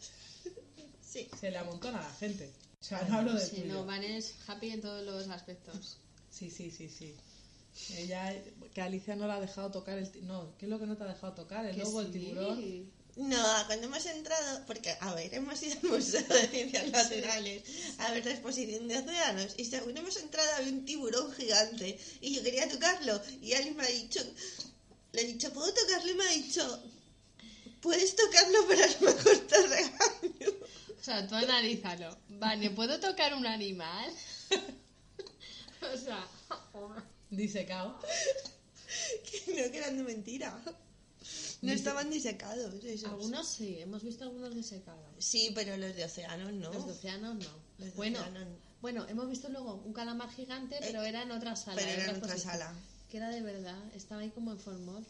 S2: Sí.
S3: Se le amontona a la gente. O sea, no hablo de
S4: Sí, no,
S3: tuyo.
S4: Van es happy en todos los aspectos.
S3: Sí, sí, sí, sí. Ella, que Alicia no la ha dejado tocar el. ti- No, ¿qué es lo que no te ha dejado tocar? El
S4: Que
S3: lobo, el
S4: sí.
S3: tiburón.
S2: No, cuando hemos entrado, porque, a ver, hemos ido al Museo de Ciencias Naturales a ver la exposición de océanos y según hemos entrado había un tiburón gigante y yo quería tocarlo y alguien me ha dicho, le he dicho, ¿puedo tocarlo? Y me ha dicho, puedes tocarlo, pero a lo mejor te regaño.
S4: O sea, tú analízalo. Vale, ¿puedo tocar un animal? o sea,
S3: Disecado.
S2: Que no, que eran de mentira. No estaban disecados esos.
S4: algunos sí, hemos visto algunos disecados.
S2: Sí, pero los de océanos no.
S4: Los de océanos no.
S2: Los de
S4: bueno,
S2: océanos no. Eh,
S4: bueno, hemos visto luego un calamar gigante, pero era en otra sala.
S2: pero era en otra
S4: exposición.
S2: sala.
S4: Que era de verdad, estaba ahí como en formol.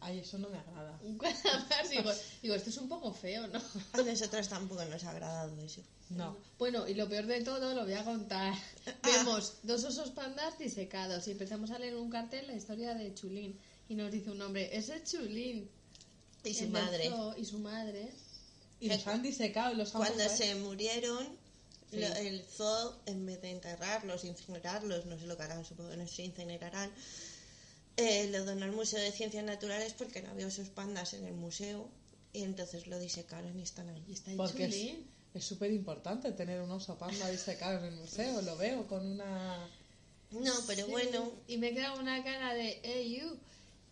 S3: Ay, eso no me agrada.
S4: Un calamar, digo, digo, esto es un poco feo, ¿no?
S2: A nosotros tampoco nos ha agradado eso.
S3: No.
S4: Bueno, y lo peor de todo, lo voy a contar.
S2: Ah.
S4: Vemos dos osos pandas disecados y empezamos a leer un cartel la historia de Chulín. Y nos dice un hombre, ese es Chulín.
S2: Y su
S4: El del
S2: madre.
S4: zoo Y su madre.
S3: Y los han disecado y los han
S2: Eh, Cuando
S3: bajado.
S2: se murieron,
S3: Sí.
S2: lo- el zoo, en vez de enterrarlos, incinerarlos, no sé lo que harán, supongo que no se incinerarán, eh, lo donó al Museo de Ciencias Naturales porque no había sus pandas en el museo y entonces lo disecaron y están
S4: Y
S2: ahí.
S4: está ahí
S3: Porque es-
S4: Chulín.
S3: es súper importante tener un oso panda disecado en el museo, lo veo con una...
S2: No, pero bueno,
S4: Y me queda una cara de, hey, you.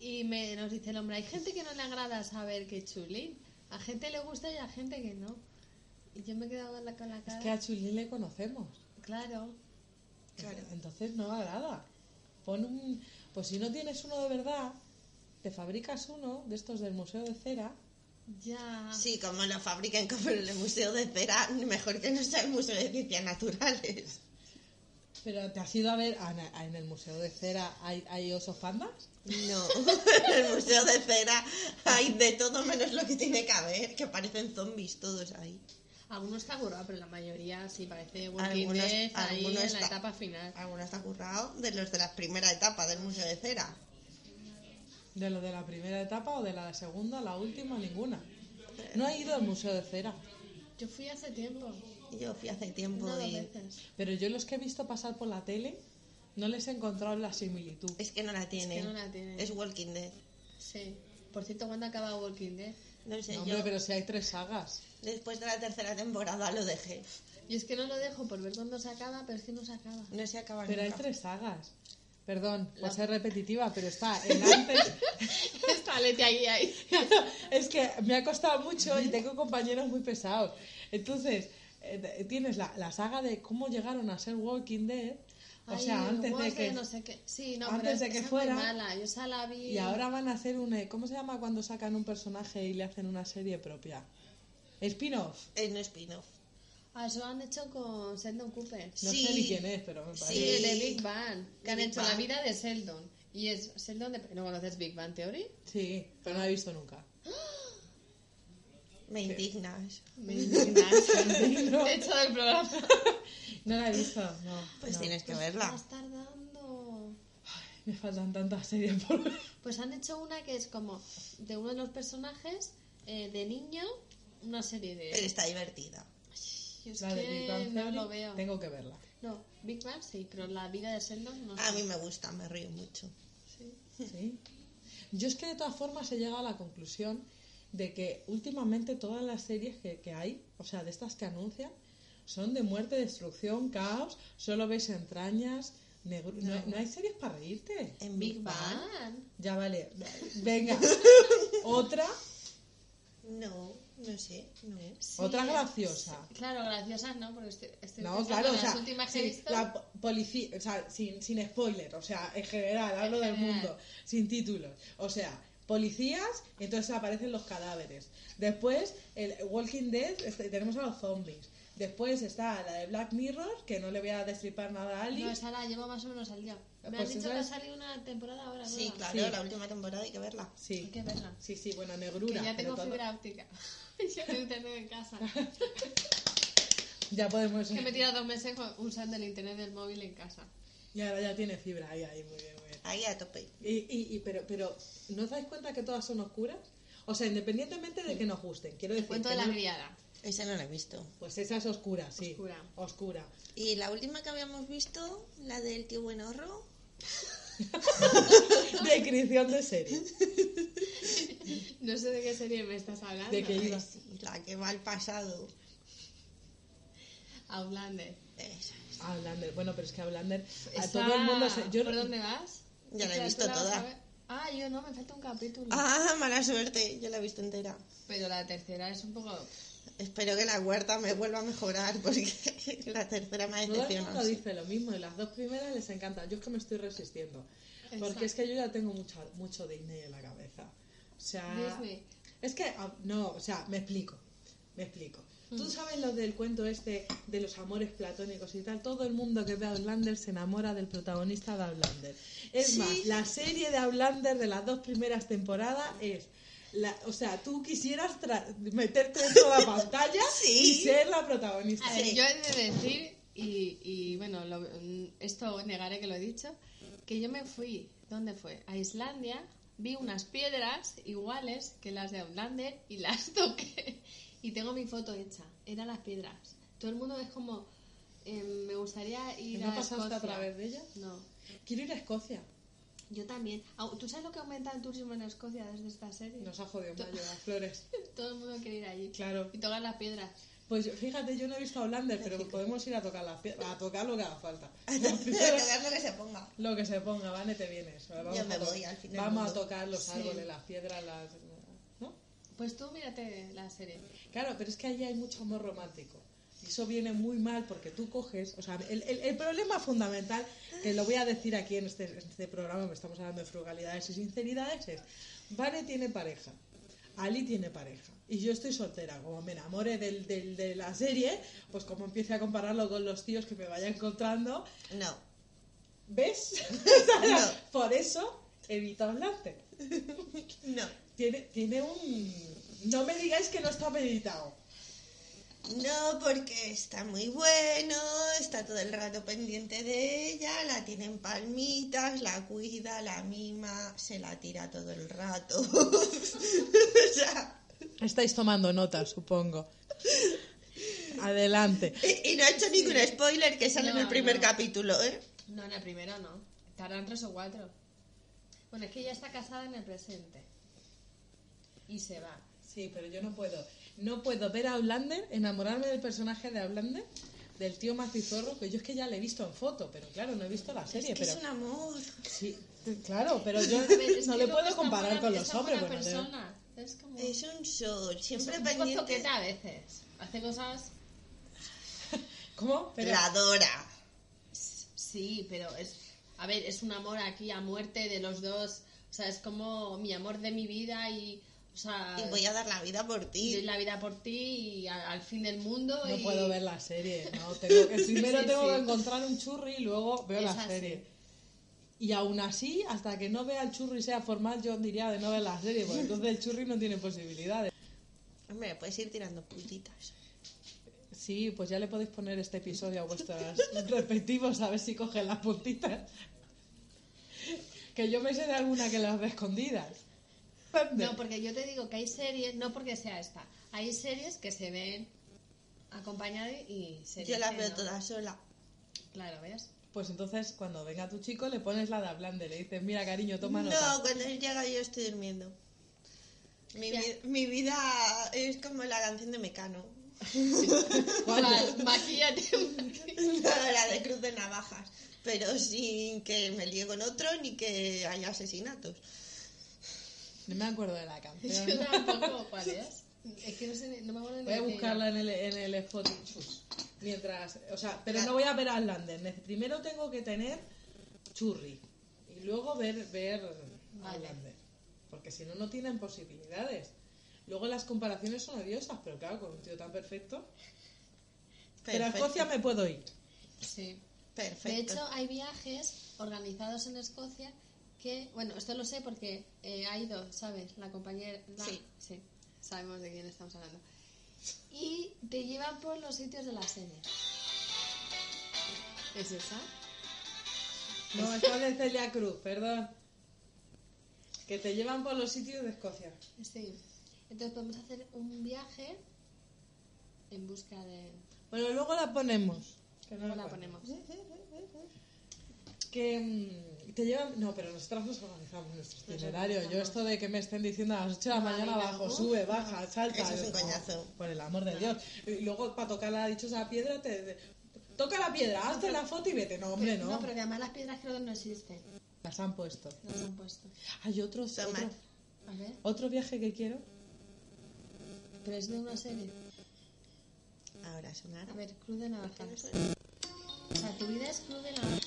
S4: Y me, nos dice el hombre, hay gente que no le agrada saber que es Chulín. A gente le gusta y a gente que no. Y yo me he quedado con la, con la cara.
S3: Es que a Chulín le conocemos,
S4: Claro.
S2: claro.
S3: entonces no agrada. Pon un... Pues si no tienes uno de verdad, te fabricas uno de estos del Museo de Cera.
S4: Ya.
S2: Sí, como lo fabrican como en el Museo de Cera, mejor que no sea el Museo de Ciencias Naturales.
S3: Pero te has ido a ver, a- a- en el Museo de Cera hay, hay osos pandas.
S2: No, en el Museo de Cera hay de todo menos lo que tiene que haber, que parecen zombies todos ahí.
S4: Algunos está currado, pero la mayoría sí parece Walking
S2: Algunos-
S4: Dead ahí
S2: algunos
S4: en la
S2: está-
S4: etapa final.
S2: Algunos está currado de los de la primera etapa del Museo de Cera.
S3: De lo de la primera etapa o de la segunda, la última, ninguna. No he ido al Museo de Cera.
S4: Yo fui hace tiempo,
S2: Yo fui hace tiempo
S4: una o dos
S2: y
S4: veces.
S3: Pero yo los que he visto pasar por la tele, no les he encontrado la similitud.
S2: es que no la tiene.
S4: que no la tiene.
S2: Es Walking Dead.
S4: Sí. Por cierto, ¿cuándo acaba Walking Dead?
S2: No sé,
S3: No,
S2: yo
S3: hombre, pero si hay tres sagas.
S2: después de la tercera temporada lo dejé.
S4: Y es que no lo dejo por ver cuándo se acaba, pero es que no se acaba.
S2: No se acaba
S3: Pero este- hay
S2: nunca.
S3: tres sagas. Perdón por
S4: La-
S3: ser repetitiva, pero está el antes.
S4: Está Leti ahí, ahí.
S3: es que me ha costado mucho y tengo compañeros muy pesados. Entonces, eh, tienes la, la saga de cómo llegaron a ser Walking Dead. O
S4: Ay,
S3: sea, antes de
S4: Walking
S3: que.
S4: No sé qué. Sí, no,
S3: antes
S4: pero es-
S3: de que
S4: esa es
S3: fuera.
S4: muy mala. Yo esa la vi.
S3: Y ahora van a hacer un. eh, ¿Cómo se llama cuando sacan un personaje y le hacen una serie propia? Spin-off.
S2: Eh, no spin-off.
S4: Ah, eso lo han hecho con Sheldon Cooper.
S3: No
S2: Sí.
S3: sé ni quién es, pero me parece.
S4: Sí,
S2: Sí.
S4: el de Big Bang. Que han
S2: Big
S4: hecho la
S2: Bang.
S4: vida de Sheldon. Y es Sheldon de... ¿No conoces Big Bang Theory?
S3: Sí, pero no la he visto nunca.
S2: Me indignas.
S4: Me indignas.
S3: No.
S4: Te echo del programa.
S3: No la he visto, no.
S2: Pues
S3: no.
S2: tienes que verla.
S4: Estás tardando.
S3: Me faltan tantas series por ver.
S4: Pues han hecho una que es como de uno de los personajes eh, de niño, una serie de.
S2: Pero está divertida.
S4: Yo es
S3: La de
S4: que
S3: Big Bang
S4: no
S3: Theory,
S4: lo veo.
S3: Tengo que verla.
S4: No, Big Bang sí, pero la vida de Sheldon no.
S2: A
S4: sé.
S2: mí me gusta, me río mucho.
S4: Sí.
S3: Sí. Yo es que de todas formas he llegado a la conclusión de que últimamente todas las series que, que hay, o sea, de estas que anuncian, son de muerte, destrucción, caos, solo ves entrañas, Negru- no, Eh. hay- no hay series para reírte.
S2: En
S4: Big Bang.
S3: Ya vale. Venga. Otra,
S2: No, no sé, no.
S4: Sí,
S3: otra
S4: es-
S3: graciosa.
S4: Claro, graciosas no, porque estoy, estoy
S3: No,
S4: pensando
S3: claro,
S4: en
S3: o sea,
S4: las últimas que he
S3: sí,
S4: visto.
S3: la po- policía, o sea, sin, sin spoiler, o sea, en general, hablo del
S4: general.
S3: mundo, sin títulos. O sea, policías, entonces aparecen los cadáveres. Después, el Walking Dead, este, tenemos a los zombies. Después está la de Black Mirror, que no le voy a destripar nada a Ali.
S4: No, esa la llevo más o menos al día. Me
S3: Pues
S4: has dicho
S3: esa
S4: que ha
S3: es-
S4: salido una temporada ahora.
S2: Ah, Sí,
S4: nueva.
S2: claro,
S3: Sí.
S2: la última temporada hay que verla.
S4: Hay
S3: Sí,
S4: que verla.
S3: sí, sí, bueno,
S4: Que
S3: negrura.
S4: ya
S3: pero
S4: tengo
S3: todo-
S4: fibra óptica. Yo tengo internet en casa.
S3: Ya podemos...
S4: que me he tirado dos meses con- usando el internet del móvil en casa.
S3: Y ahora ya tiene fibra, ahí, ahí, muy bien, muy bien.
S2: Ahí a tope.
S3: Y, y- y- pero, pero, ¿no os dais cuenta que todas son oscuras? O sea, independientemente de que nos gusten, quiero decir...
S4: Cuento
S3: que
S4: de la
S3: no-
S4: criada.
S2: Esa no la he visto.
S3: Pues esa es oscura, sí.
S4: Oscura.
S3: Oscura.
S2: Y la última que habíamos visto, la del tío buenorro.
S3: Descripción de serie.
S4: No sé de qué serie me estás hablando.
S3: De que iba.
S2: pues Sí, la que va al pasado.
S4: Outlander.
S2: Esa.
S3: Ah, Outlander. Bueno, pero es que Outlander. A
S4: Esa-
S3: todo el mundo se. Yo
S4: ¿Por
S3: no-
S4: dónde vas?
S2: Ya la he
S4: Esa, ¿tú
S2: visto
S4: vas
S2: toda.
S4: a ver? Ah, yo no, me falta un capítulo.
S2: Ah, mala suerte, yo la he visto entera.
S4: Pero la tercera es un poco...
S2: Espero que la cuarta me vuelva a mejorar porque la tercera me ha
S3: Todo el mundo
S2: decepcionado.
S3: dice lo mismo y las dos primeras les encantan. Yo es que me estoy resistiendo. Porque
S4: Exacto.
S3: es que yo ya tengo mucho, mucho Disney en la cabeza. O sea.
S4: Disney.
S3: Es que. ah, No, o sea, me explico. Me explico.
S4: Mm.
S3: Tú sabes lo del cuento este de los amores platónicos y tal. Todo el mundo que ve a Outlander se enamora del protagonista de Outlander. Es
S2: Sí.
S3: más, la serie de Outlander de las dos primeras temporadas es. La, o sea, tú quisieras tra- meterte dentro de la pantalla
S2: Sí.
S3: y ser la protagonista.
S4: A ver,
S2: Sí.
S4: yo he de decir, y, y bueno, lo- mm, esto negaré que lo he dicho, que yo me fui, ¿dónde fue? A Islandia, vi unas piedras iguales que las de Outlander y las toqué. Y tengo mi foto hecha, eran las piedras. Todo el mundo es como, eh, me gustaría ir
S3: ¿No
S4: a
S3: pasaste
S4: Escocia.
S3: a través de ella?
S4: No,
S3: Quiero ir a Escocia.
S4: yo también. Au- ¿Tú sabes lo que aumenta el turismo en Escocia desde esta serie?
S3: Nos ha jodido
S4: To-
S3: mayo las flores.
S4: Todo el mundo quiere ir allí.
S3: Claro.
S4: Y tocar las piedras.
S3: Pues fíjate, yo no he visto a Outlander, pero podemos ir a tocar, las pie- a tocar lo que haga falta.
S2: Tocar lo que se ponga.
S3: Lo que se ponga, Vane, te vienes. Vamos
S2: Yo me
S3: a to-
S2: voy, al final
S3: Vamos a
S2: mundo.
S3: tocar los
S4: Sí.
S3: árboles, las piedras, las... ¿no?
S4: Pues tú mírate la serie.
S3: Claro, pero es que allí hay mucho amor romántico. Y eso viene muy mal porque tú coges... O sea, el, el- el problema fundamental, que lo voy a decir aquí en este, en este programa, que estamos hablando de frugalidades y sinceridades, es... Vane tiene pareja. Ali tiene pareja y yo estoy soltera. Como me enamore del, del- de la serie, pues como empiece a compararlo con los tíos que me vaya encontrando,
S2: No.
S3: ¿Ves? O sea,
S2: No.
S3: Por eso evita hablarte.
S2: No.
S3: Tiene, tiene un. No me digáis que no está meditado.
S2: No, porque está muy bueno, está todo el rato pendiente de ella, la tiene en palmitas, la cuida, la mima, se la tira todo el rato. o sea,
S3: Estáis tomando notas, supongo. Adelante.
S2: y, y no ha hecho ningún spoiler que sale en
S4: No,
S2: el primer
S4: no.
S2: capítulo, ¿eh?
S4: No, en el primero no. Tardan tres o cuatro. Bueno, es que ella está casada en el presente. Y se va.
S3: Sí, pero yo no puedo. No puedo ver a Outlander, enamorarme del personaje de Outlander, del tío macizorro, que yo es que ya le he visto en foto, pero claro, no he visto la serie.
S2: Es que
S3: pero
S2: es un amor.
S3: Sí, claro, pero yo
S4: A ver, es
S3: no
S4: que
S3: le
S4: luego
S3: puedo
S4: está
S3: comparar
S4: buena-
S3: con
S4: está
S3: los hombres.
S4: buena
S3: bueno, le-
S4: persona. Es como.
S2: Es un sol,
S4: es
S2: Eh, siempre
S4: un poco
S2: pendiente.
S4: zoqueta a veces. Hace cosas.
S3: ¿Cómo? Pero-
S2: La adora.
S4: Sí, pero es. A ver, es un amor aquí a muerte de los dos. O sea, es como mi amor de mi vida y. O sea.
S2: Y voy a dar la vida por
S4: doy
S2: ti.
S4: la vida por ti y a- al fin del mundo.
S3: No
S4: y-
S3: puedo ver la serie, no. Tengo que- primero
S4: Sí,
S3: tengo
S4: sí.
S3: que encontrar un churri y luego veo
S4: Es
S3: la
S4: así.
S3: serie. Y aún así, hasta que no vea el churri y sea formal, yo diría de no ver la serie, porque entonces el churri no tiene posibilidades.
S2: Hombre, puedes ir tirando puntitas.
S3: Sí, pues ya le podéis poner este episodio a vuestros respectivos a ver si cogen las puntitas. Que yo me sé de alguna que las ve escondidas.
S4: No, porque yo te digo que hay series, no porque sea esta, hay series que se ven acompañadas y series
S2: Yo las
S4: que
S2: veo
S4: no.
S2: todas sola.
S4: Claro, ¿ves?
S3: Pues entonces, cuando venga tu chico, le pones la de Ablande, le dices, mira cariño, toma nota.
S2: No, cuando él llega yo estoy durmiendo. Mi,
S4: Ya.
S2: vi- mi vida es como la canción de Mecano.
S3: ¿Cuál?
S4: Vale, maquíllate.
S2: la de Cruz de Navajas. pero sin que me líe con otro ni que haya asesinatos.
S3: No me acuerdo de la canción.
S4: Yo tampoco, ¿cuál es? Es que no, sé, ni- no me acuerdo ni
S3: Voy a
S4: de qué
S3: buscarla en el, en el Spotify. Mientras, o sea, pero no voy a ver a Outlander. Primero tengo que tener Churri y luego ver, ver
S4: Vale.
S3: Outlander. Porque si no, no tienen posibilidades. Luego las comparaciones son odiosas, pero claro, con un tío tan perfecto. Pero a
S2: Perfecto,
S3: Escocia me puedo ir.
S4: era. Sí. De
S2: Perfecto.
S4: hecho, hay viajes organizados en Escocia que, bueno, esto lo sé porque eh, ha ido, ¿sabes? La compañera. la-
S2: Sí.
S4: sabemos de quién estamos hablando. Y te llevan por los sitios de la sede. ¿Es esa?
S3: No, esta es de Celia Cruz, perdón. Que te llevan por los sitios de Escocia.
S4: Sí. Entonces podemos hacer un viaje en busca de.
S3: Bueno, luego la ponemos. Que no
S4: ¿Cómo
S3: la
S4: la
S3: ponemos.
S4: ponemos?
S3: que mm, te llevan. No, pero nosotras nos organizamos nuestro itinerario. Yo,
S4: organizamos.
S3: esto de que me estén diciendo a las 8 de la
S4: Vale,
S3: mañana abajo,
S4: vamos.
S3: sube, baja, salta.
S2: Eso es un
S3: no,
S2: coñazo.
S3: Por el amor de Dios. Y luego, para tocar la dichosa piedra, te. te- Toca la piedra, hazte la foto y vete. No, hombre,
S4: no.
S3: no.
S4: pero que además las piedras creo que no existen.
S3: Las han puesto.
S4: Las han puesto.
S3: Hay otros,
S2: Son
S3: otro,
S2: más.
S4: A ver,
S3: otro viaje que quiero.
S4: pero es de una serie.
S2: Ahora sonar.
S4: A ver, Cruz de Navajas. O sea, tu vida es Cruz de Navajas,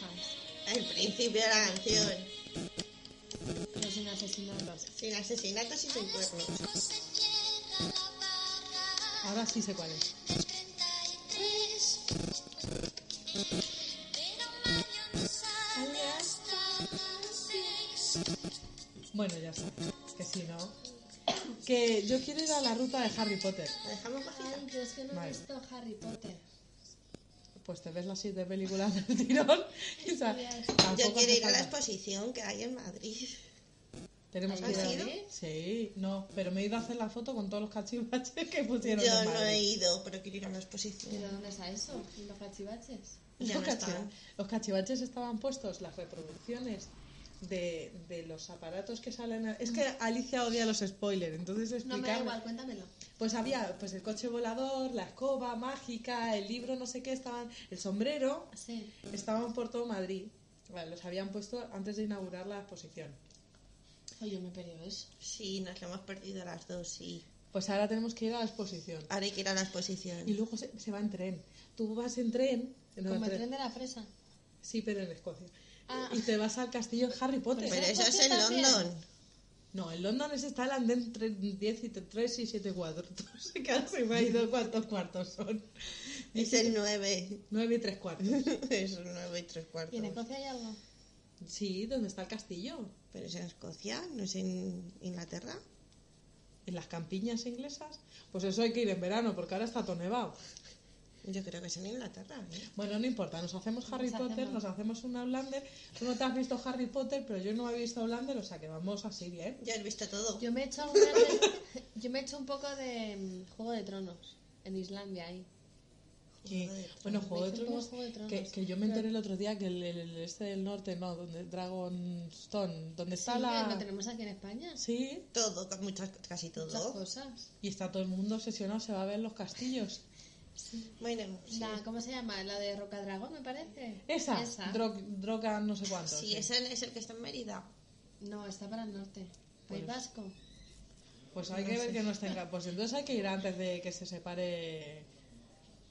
S2: El principio de la canción.
S4: pero sin asesinatos.
S2: Sin asesinatos y sin cuernos.
S3: Ahora sí sé cuál es. Bueno, ya está. Que si no. Que yo quiero ir a la ruta de Harry Potter.
S2: ¿La dejamos bajita?
S4: Ay, yo es que no
S3: Vale.
S4: he visto Harry Potter.
S3: Pues te ves las siete películas del tirón. y, o sea, tampoco
S2: Yo quiero
S3: hace
S2: ir a la
S3: falta.
S2: exposición que hay en Madrid.
S3: Tenemos que
S4: ¿Has
S3: ir a-
S2: ido?
S3: Sí, no, pero me he ido a hacer la foto con todos los cachivaches que pusieron.
S2: Yo
S3: en
S2: no
S3: Madrid.
S2: he ido, pero quiero ir a una exposición.
S4: ¿Pero dónde está eso? ¿Los cachivaches?
S2: Ya
S3: Los,
S2: no
S3: cachi-
S2: está.
S3: los cachivaches estaban puestos, las reproducciones de, de los aparatos que salen. a- Es que Alicia odia los spoilers, entonces
S4: No me da
S3: explicar.
S4: igual, cuéntamelo.
S3: Pues había pues el coche volador, la escoba mágica, el libro, no sé qué, estaban. El sombrero,
S4: Sí.
S3: estaban por todo Madrid. Vale, los habían puesto antes de inaugurar la exposición.
S4: Oye, yo me he perdido eso.
S2: Sí, nos lo hemos perdido las dos, sí.
S3: Pues ahora tenemos que ir a la exposición.
S2: Ahora hay que ir a la
S3: Y
S2: exposición.
S3: luego se, se va en tren. Tú vas en tren. no, en
S4: Como el
S3: tren-
S4: tren de la fresa.
S3: Sí, pero en Escocia.
S4: Ah. Pues, eh.
S3: Y te vas al castillo de Harry Potter.
S2: Pero eso es en
S4: También.
S2: London.
S3: No, en London ese está el andén tre- 10 y 3 y 7 cuartos. Casi me ha ido cuántos cuartos son.
S2: Es el 9.
S3: 9 y 3 cuartos.
S2: es el 9 y 3
S4: ¿Y en
S2: cuartos.
S4: Escocia hay algo?
S3: Sí, ¿dónde está el castillo?
S2: Pero es en Escocia, no es en Inglaterra.
S3: ¿En las campiñas inglesas? Pues eso hay que ir en verano, porque ahora está todo nevado.
S2: Yo creo que es en Inglaterra. ¿eh?
S3: Bueno, no importa, nos hacemos Harry
S4: Nos
S3: Potter,
S4: hacemos.
S3: nos hacemos un Outlander. Tú no te has visto Harry Potter, pero yo no me he visto Outlander, o sea que vamos así bien.
S2: Ya has visto todo.
S4: Yo me he hecho, una vez- yo me he hecho un poco de mm, Juego de Tronos en Islandia ahí.
S3: Que-
S2: Juego de
S3: bueno,
S4: Tronos.
S3: Juego de
S4: Me hizo un poco
S3: Tronos,
S4: Juego de Tronos.
S3: que, que yo me enteré el otro día que el, el- el este del norte, no, donde Dragonstone, donde está
S4: Sí, que lo
S3: la...
S4: tenemos aquí en España.
S3: Sí,
S2: Todo, con muchas, casi
S4: Muchas
S2: todo.
S4: cosas.
S3: y está todo el mundo obsesionado, se va a ver los castillos.
S2: Bueno, sí.
S4: La, ¿Cómo se llama? La de Roca Dragón, me parece.
S3: Esa, Dro- Droga no sé cuánto.
S2: Sí,
S3: sí.
S2: ese es el que está en Mérida.
S4: No, está para el norte.
S3: Pues-
S4: País Vasco.
S3: Pues hay que ver que no estén... ca- Pues entonces hay que ir antes de que se separe...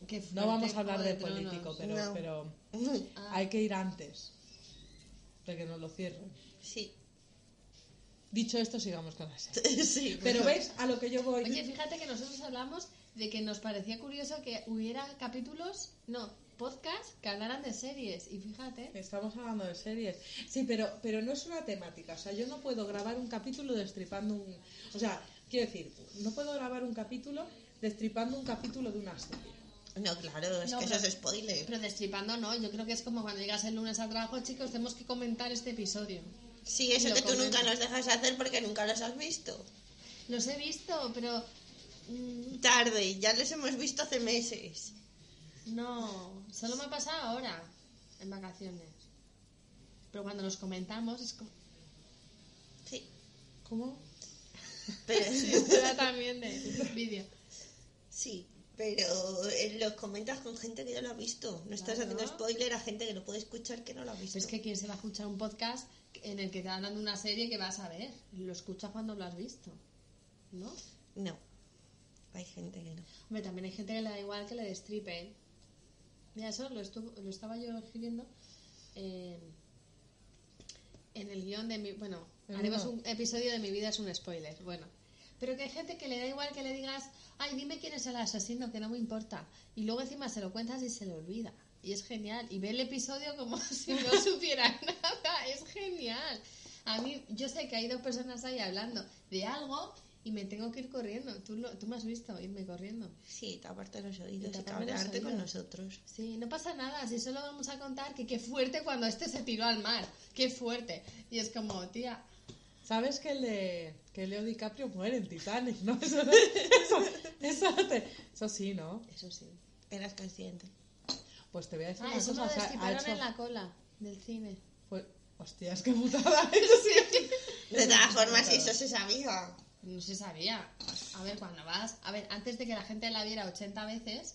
S4: Qué
S3: No
S4: fuerte,
S3: vamos a hablar
S4: Juego
S3: de
S4: Tronos.
S3: político, pero,
S2: No.
S3: pero
S4: Ah.
S3: hay que ir antes de que nos lo cierren.
S2: Sí.
S3: Dicho esto, sigamos con la serie.
S2: sí
S3: Pero
S2: bueno.
S3: ves a lo que yo voy.
S4: Oye, fíjate que nosotros hablamos de que nos parecía curioso que hubiera capítulos, no, podcasts que hablaran de series. Y fíjate,
S3: Estamos hablando de series. Sí, pero, pero no es una temática. O sea, yo no puedo grabar un capítulo destripando un. O sea, quiero decir, no puedo grabar un capítulo destripando un capítulo de una serie.
S2: No, claro, es
S4: No,
S2: que
S4: pero-
S2: eso es spoiler.
S4: pero destripando no, yo creo que es como cuando llegas el lunes al trabajo, chicos, tenemos que comentar este episodio.
S2: Sí, eso
S4: Lo
S2: que tú nunca
S4: comento.
S2: nos dejas hacer porque nunca los has visto.
S4: Los he visto, pero mm,
S2: Tarde, ya los hemos visto hace meses.
S4: no, solo me ha pasado ahora, en vacaciones. Pero cuando los comentamos es como...
S2: Sí.
S3: ¿Cómo?
S2: Pero,
S4: Era también de vídeo.
S2: sí. Pero eh, los comentas con gente que ya lo ha visto. No estás
S3: Claro.
S2: haciendo spoiler a gente que lo puede escuchar que no lo ha visto.
S4: Pero es que quién se va a escuchar un podcast en el que te hablan de una serie que vas a ver. Lo escuchas cuando lo has visto. ¿No?
S2: No. Hay gente que no.
S4: Hombre, también hay gente que le da igual que le destripen. Mira, eso lo, estu- lo estaba yo escribiendo eh, en el guión de mi... Bueno,
S3: ¿En
S4: haremos
S3: uno?
S4: un episodio de Mi vida es un spoiler, bueno. Pero que hay gente que le da igual que le digas, ay, dime quién es el asesino, que no me importa. Y luego encima se lo cuentas y se le olvida. Y es genial. Y ve el episodio como si no supiera nada. Es genial. A mí, yo sé que hay dos personas ahí hablando de algo y me tengo que ir corriendo. Tú, lo- tú me has visto irme corriendo.
S2: Sí, taparte los oídos y
S4: taparme los
S2: cabrearte con
S4: oídos.
S2: nosotros.
S4: Sí, no pasa nada, si solo vamos a contar que qué fuerte cuando este se tiró al mar, qué fuerte. Y es como, tía,
S3: Sabes que, el de, que Leo DiCaprio muere en Titanic, ¿no? Eso, eso, eso te- eso sí, ¿no?
S4: eso sí.
S2: Eras consciente.
S3: Pues te voy a decir
S4: Ah,
S3: una
S4: eso
S3: cosa.
S4: lo
S3: o sea, ha
S4: destriparon
S3: hecho-
S4: en la cola del cine.
S3: pues, hostias, qué putada. Eso sí.
S2: De todas formas, eso se sabía.
S4: No se sabía. A ver, cuando vas, a ver, antes de que la gente la viera 80 veces,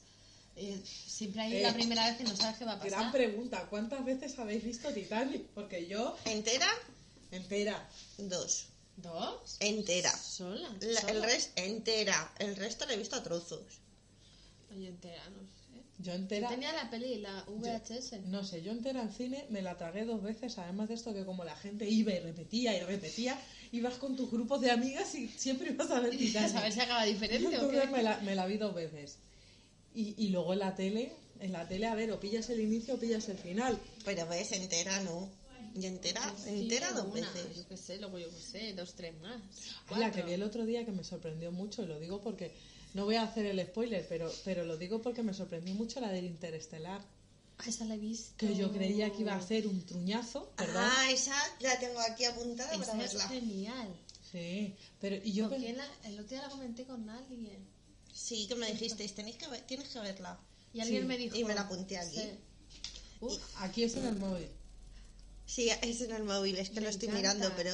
S4: eh, siempre hay
S3: Eh,
S4: la primera vez que no sabes qué va a
S3: Gran
S4: pasar.
S3: pregunta. ¿Cuántas veces habéis visto Titanic? Porque yo...
S2: ¿Entera?
S3: Espera.
S2: Dos.
S3: Eh,
S4: ¿Dos?
S2: Entera.
S4: Sola.
S2: La- el
S4: sola.
S2: res entera. El resto lo he visto a trozos.
S4: Yo entera, no sé.
S3: Yo
S4: Yo
S3: entera...
S4: tenía la peli, la VHS.
S3: No sé, yo entera al cine me la tragué dos veces, además de esto que como la gente iba y repetía y repetía, ibas con tus grupos de amigas y siempre ibas a ver
S4: Y a
S3: Titanic.
S4: saber si acaba diferente o
S3: Entonces me
S4: qué.
S3: la, me la vi dos veces. Y, y luego en la tele, en la tele, a ver, o pillas el inicio o pillas el final.
S2: Pero ves, entera no. Y entera,
S4: Sí,
S2: entera dos
S4: alguna,
S2: veces.
S4: Yo qué sé, luego yo qué sé, dos, tres más.
S3: La que
S4: cuatro.
S3: vi el otro día que me sorprendió mucho, y lo digo porque, no voy a hacer el spoiler, pero, pero lo digo porque me sorprendió mucho la del Interestelar,
S4: Ah, esa la he visto.
S3: que yo creía que iba a ser un truñazo, perdón.
S2: Ah, esa la tengo aquí apuntada para
S4: Esa es
S2: verla.
S4: genial.
S3: Sí, pero y yo
S4: Porque
S3: pen-
S4: la- el otro día la comenté con alguien.
S2: Sí, que me dijisteis, tenéis que ver- tienes que verla.
S4: Y alguien
S3: Sí,
S4: me dijo.
S2: y me la apunté aquí.
S4: Uf,
S3: aquí es en el móvil.
S2: Sí, es en el móvil, es que
S4: me
S2: lo estoy
S4: encanta.
S2: mirando, pero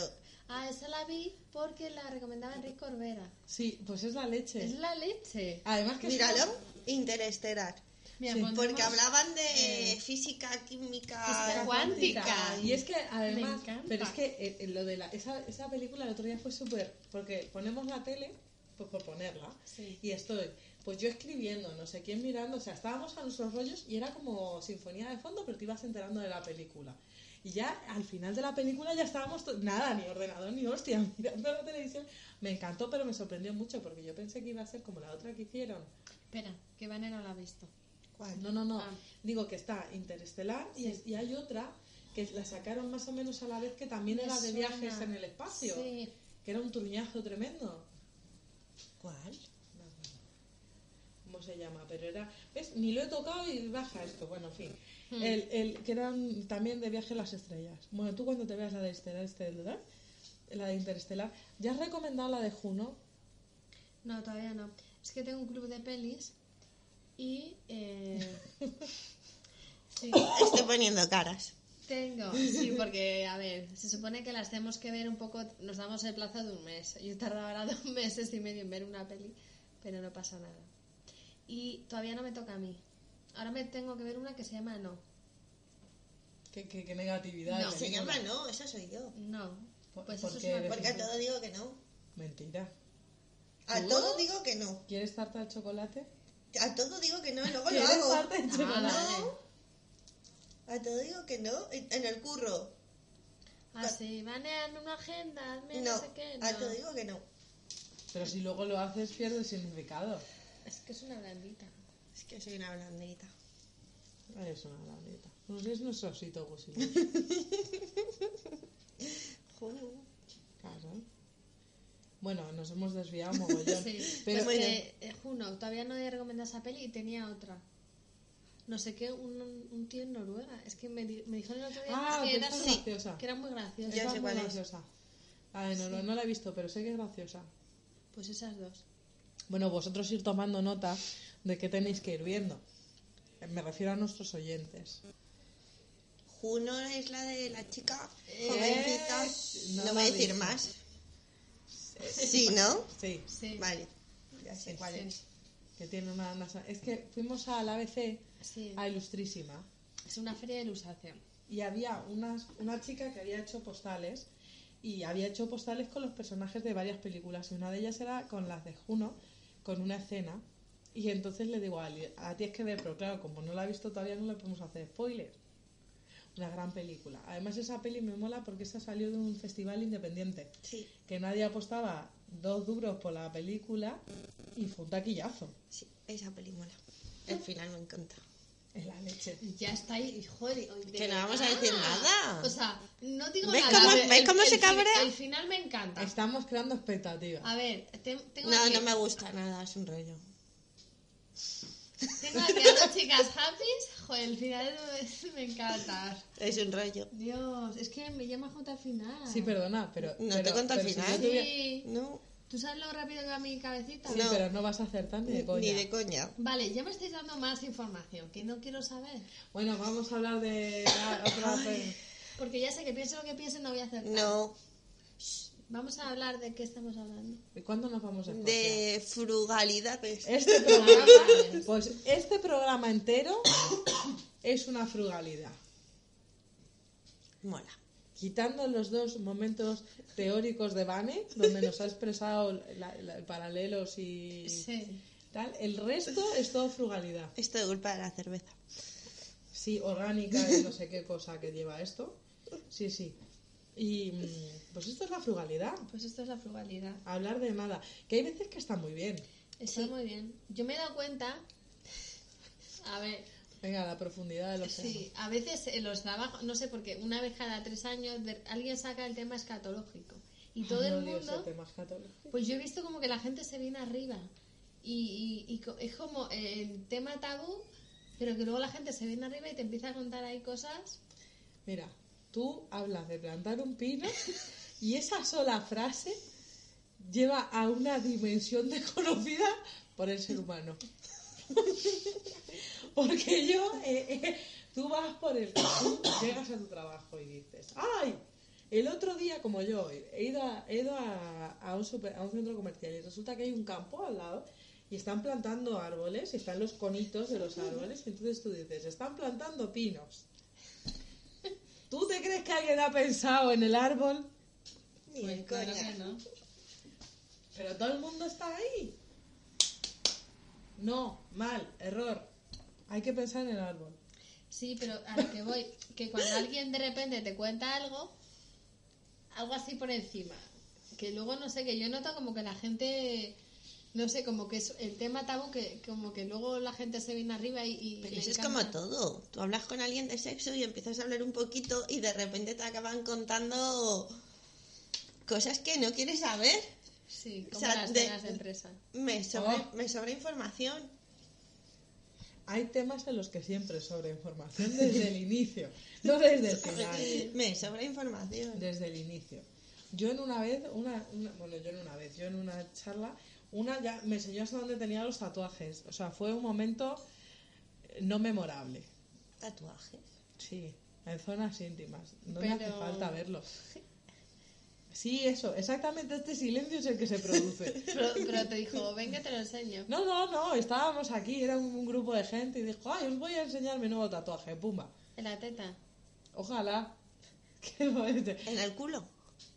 S4: Ah, esa la vi porque la recomendaba Enrique Corbera.
S3: Sí, pues es la leche.
S4: Es la leche.
S3: Además que es-
S2: míralo, interestelar.
S4: Mira,
S3: Sí.
S4: pondremos-
S2: Porque hablaban de
S4: eh,
S2: física, química,
S4: física cuántica.
S3: Y es que además,
S4: encanta.
S3: pero es que eh, eh, lo de la, esa, esa película el otro día fue súper, porque ponemos la tele, pues por ponerla,
S4: Sí.
S3: y estoy, pues yo escribiendo, no sé quién mirando, o sea, estábamos a nuestros rollos y era como sinfonía de fondo, pero te ibas enterando de la película. Y ya al final de la película ya estábamos, to- nada, ni ordenador, ni hostia, mirando la televisión. Me encantó, pero me sorprendió mucho, porque yo pensé que iba a ser como la otra que hicieron.
S4: Espera, que Vane no la ha visto.
S2: ¿Cuál?
S3: No, no, no.
S4: Ah.
S3: Digo que está Interestelar y, es- y hay otra que la sacaron más o menos a la vez que también
S4: Me
S3: era de
S4: suena.
S3: viajes en el espacio.
S4: Sí.
S3: Que era un truñazo tremendo.
S2: ¿Cuál?
S3: ¿Cómo se llama? Pero era. ¿Ves? Ni lo he tocado y baja esto. Bueno, en fin.
S4: Hmm.
S3: El, el- que eran también de viaje a las estrellas. Bueno, tú cuando te veas la de Interestelar, la de Interestelar, ya has recomendado la de Juno.
S4: No, todavía no. Es que tengo un club de pelis y. Eh... sí.
S2: Estoy poniendo caras.
S4: Tengo, sí, porque, a ver, se supone que las tenemos que ver un poco, nos damos el plazo de un mes. Yo tardaba ahora dos meses y medio en ver una peli, pero no pasa nada. Y todavía no me toca a mí. Ahora me tengo que ver una que se llama No.
S3: Qué, qué- qué negatividad.
S4: No,
S3: de
S2: Se
S3: película.
S2: llama no, esa soy yo.
S4: No.
S3: ¿Por-
S4: Pues
S3: por
S4: eso es
S3: qué
S4: una
S3: eres
S4: peli.
S2: Porque a todo digo que no.
S3: Mentira.
S2: A
S3: ¿Tú?
S2: todo digo que no.
S3: ¿Quieres tarta de chocolate?
S2: A todo digo que no y luego lo
S3: ¿Quieres
S2: hago.
S3: tarta de
S4: Ah,
S3: chocolate?
S4: vale.
S2: A todo digo que no. En en el curro.
S4: Ah, sí, van a una agenda, hazme no,
S2: No.
S4: sé qué.
S2: A
S4: no.
S2: todo digo que no.
S3: Pero si luego lo haces, pierde el significado.
S4: Es que es una blandita.
S2: Es que soy una blandita.
S3: Eres una blandita. No eres Pues nuestro osito gusillo.
S2: Ju.
S3: Claro. Bueno, nos hemos desviado mogollón.
S4: Sí,
S3: pero
S4: pues
S2: bueno.
S4: que, eh, Juno, todavía no he recomendado esa peli y tenía otra. No sé qué, un, un tío en Noruega. Es que me, di- me dijeron el otro día
S3: Ah,
S4: que,
S3: que
S4: era
S3: está
S4: súper-
S3: graciosa.
S4: que era muy graciosa.
S2: Ya
S3: esa
S2: sé
S3: es muy
S2: cuál es.
S3: graciosa. La de Noruega no la he visto, pero sé que es graciosa.
S4: Pues esas dos.
S3: Bueno, vosotros ir tomando nota de qué tenéis que ir viendo. Eh, Me refiero a nuestros oyentes.
S2: Juno es la de la chica
S3: Eh,
S2: jovencita. No,
S3: no la
S2: voy a
S3: he
S2: decir
S3: visto.
S2: más. Sí, ¿no?
S3: Sí.
S4: Sí.
S2: Vale. Ya sé cuál es.
S4: Sí.
S3: que tiene una, una- Es que fuimos al ABC,
S4: Sí.
S3: a Ilustrísima,
S4: Es una feria de ilustración.
S3: y había unas- una chica que había hecho postales, y había hecho postales con los personajes de varias películas, y una de ellas era con las de Juno, con una escena. Y entonces le digo a Ali, a ti es que ver, pero claro, como no la he visto todavía, no le podemos hacer spoiler. Una gran película. Además, esa peli me mola porque esa salió de un festival independiente
S2: Sí,
S3: que nadie apostaba dos duros por la película y fue un taquillazo.
S2: sí, esa película. El final me encanta.
S3: Es la leche.
S4: Y Ya está ahí, y, joder. y- de
S2: Que no vamos a decir nada.
S4: O sea, no digo
S2: ¿Ves
S4: nada.
S2: cómo-
S4: pero
S2: ves
S4: el-
S2: cómo
S4: el
S2: se
S4: fi-
S2: cabrea?
S4: El final me
S2: Ah.
S4: encanta.
S3: Estamos creando expectativas.
S4: A ver, te- tengo,
S2: No,
S4: aquí,
S2: no me gusta nada, es un rollo.
S4: tengo aquí a dos chicas happy. Joder, el final me- me encanta.
S2: Es un rollo.
S4: Dios, es que me llama J al final.
S3: Sí, perdona, pero.
S2: No
S3: pero-
S2: te cuento el
S3: pero si
S2: final.
S3: yo tuviera-
S4: Sí.
S2: No,
S4: ¿Tú sabes lo rápido que va mi cabecita?
S3: Sí,
S2: No.
S3: pero no vas a acertar ni de coña.
S2: ni de coña.
S4: Vale, ya me estáis dando más información que no quiero saber.
S3: Bueno, vamos a hablar de la otra pe-
S4: Porque ya sé que piense lo que piense, no voy a hacer nada.
S2: No,
S4: Vamos a hablar de qué estamos hablando.
S3: ¿Y cuándo nos vamos a Escocia?
S2: de frugalidades.
S3: Este
S4: Ah,
S3: programa,
S4: vale.
S3: pues este programa entero es una frugalidad.
S2: Mola.
S3: Quitando los dos momentos teóricos de Vane, donde nos ha expresado la- la- paralelos y
S4: Sí.
S3: Tal, el resto es todo frugalidad.
S2: Esto de culpa de la cerveza.
S3: Sí, orgánica y no sé qué cosa que lleva esto. Sí, sí. Y mm, pues esto es la frugalidad.
S4: Pues esto es la frugalidad.
S3: Hablar de nada. Que hay veces que está muy bien.
S4: Está muy bien. Yo me he dado cuenta. A ver,
S3: Venga, la profundidad de los
S4: sí, a veces en los trabajos, no sé, porque una vez cada tres años ver- alguien saca el tema escatológico. Y todo el mundo. Pues yo he visto como que la gente se viene arriba. Y, y- y co- es como el tema tabú, pero que luego la gente se viene arriba y te empieza a contar ahí cosas.
S3: Mira, tú hablas de plantar un pino y esa sola frase lleva a una dimensión desconocida por el ser humano. Porque yo, eh, eh, tú vas por el tú llegas a tu trabajo y dices, ¡ay! El otro día, como yo, he ido a, he ido a, a un super- a un centro comercial y resulta que hay un campo al lado y están plantando árboles y están los conitos de los árboles y entonces tú dices, están plantando pinos. ¿Tú te crees que alguien ha pensado en el árbol?
S2: Ni
S4: Pues
S2: de
S4: claro
S2: coña.
S4: que no.
S3: Pero todo el mundo está ahí. No, mal, error. Hay que pensar en el árbol.
S4: Sí, pero a lo que voy, que cuando alguien de repente te cuenta algo, algo así por encima, que luego no sé, que yo noto como que la gente, no sé, como que es el tema tabú, que como que luego la gente se viene arriba y... y
S2: Pero
S4: le
S2: eso es
S4: encanta.
S2: como todo. Tú hablas con alguien de sexo y empiezas a hablar un poquito y de repente te acaban contando cosas que no quieres saber.
S4: Sí,
S2: O
S4: como
S2: sea,
S4: las
S2: de-
S4: cenas de empresa.
S2: Me sobra,
S3: Oh.
S2: me sobra información.
S3: Hay temas en los que siempre sobre información desde el inicio, no desde el final,
S2: Me sobra información.
S3: desde el inicio. Yo en una vez, una, una- bueno, yo en una vez, yo en una charla, una ya me enseñó hasta dónde tenía los tatuajes. O sea, fue un momento eh, no memorable.
S2: Tatuajes.
S3: Sí, en zonas íntimas. No me hace
S4: Pero-
S3: falta verlo. Sí, eso, exactamente este silencio es el que se produce.
S4: Pero, pero te dijo, ven que te lo enseño.
S3: No, no, no, estábamos aquí, era un, un grupo de gente y dijo, ay, os voy a enseñar mi nuevo tatuaje, pumba.
S4: En la teta,
S3: Ojalá. Qué fuerte.
S2: En el culo.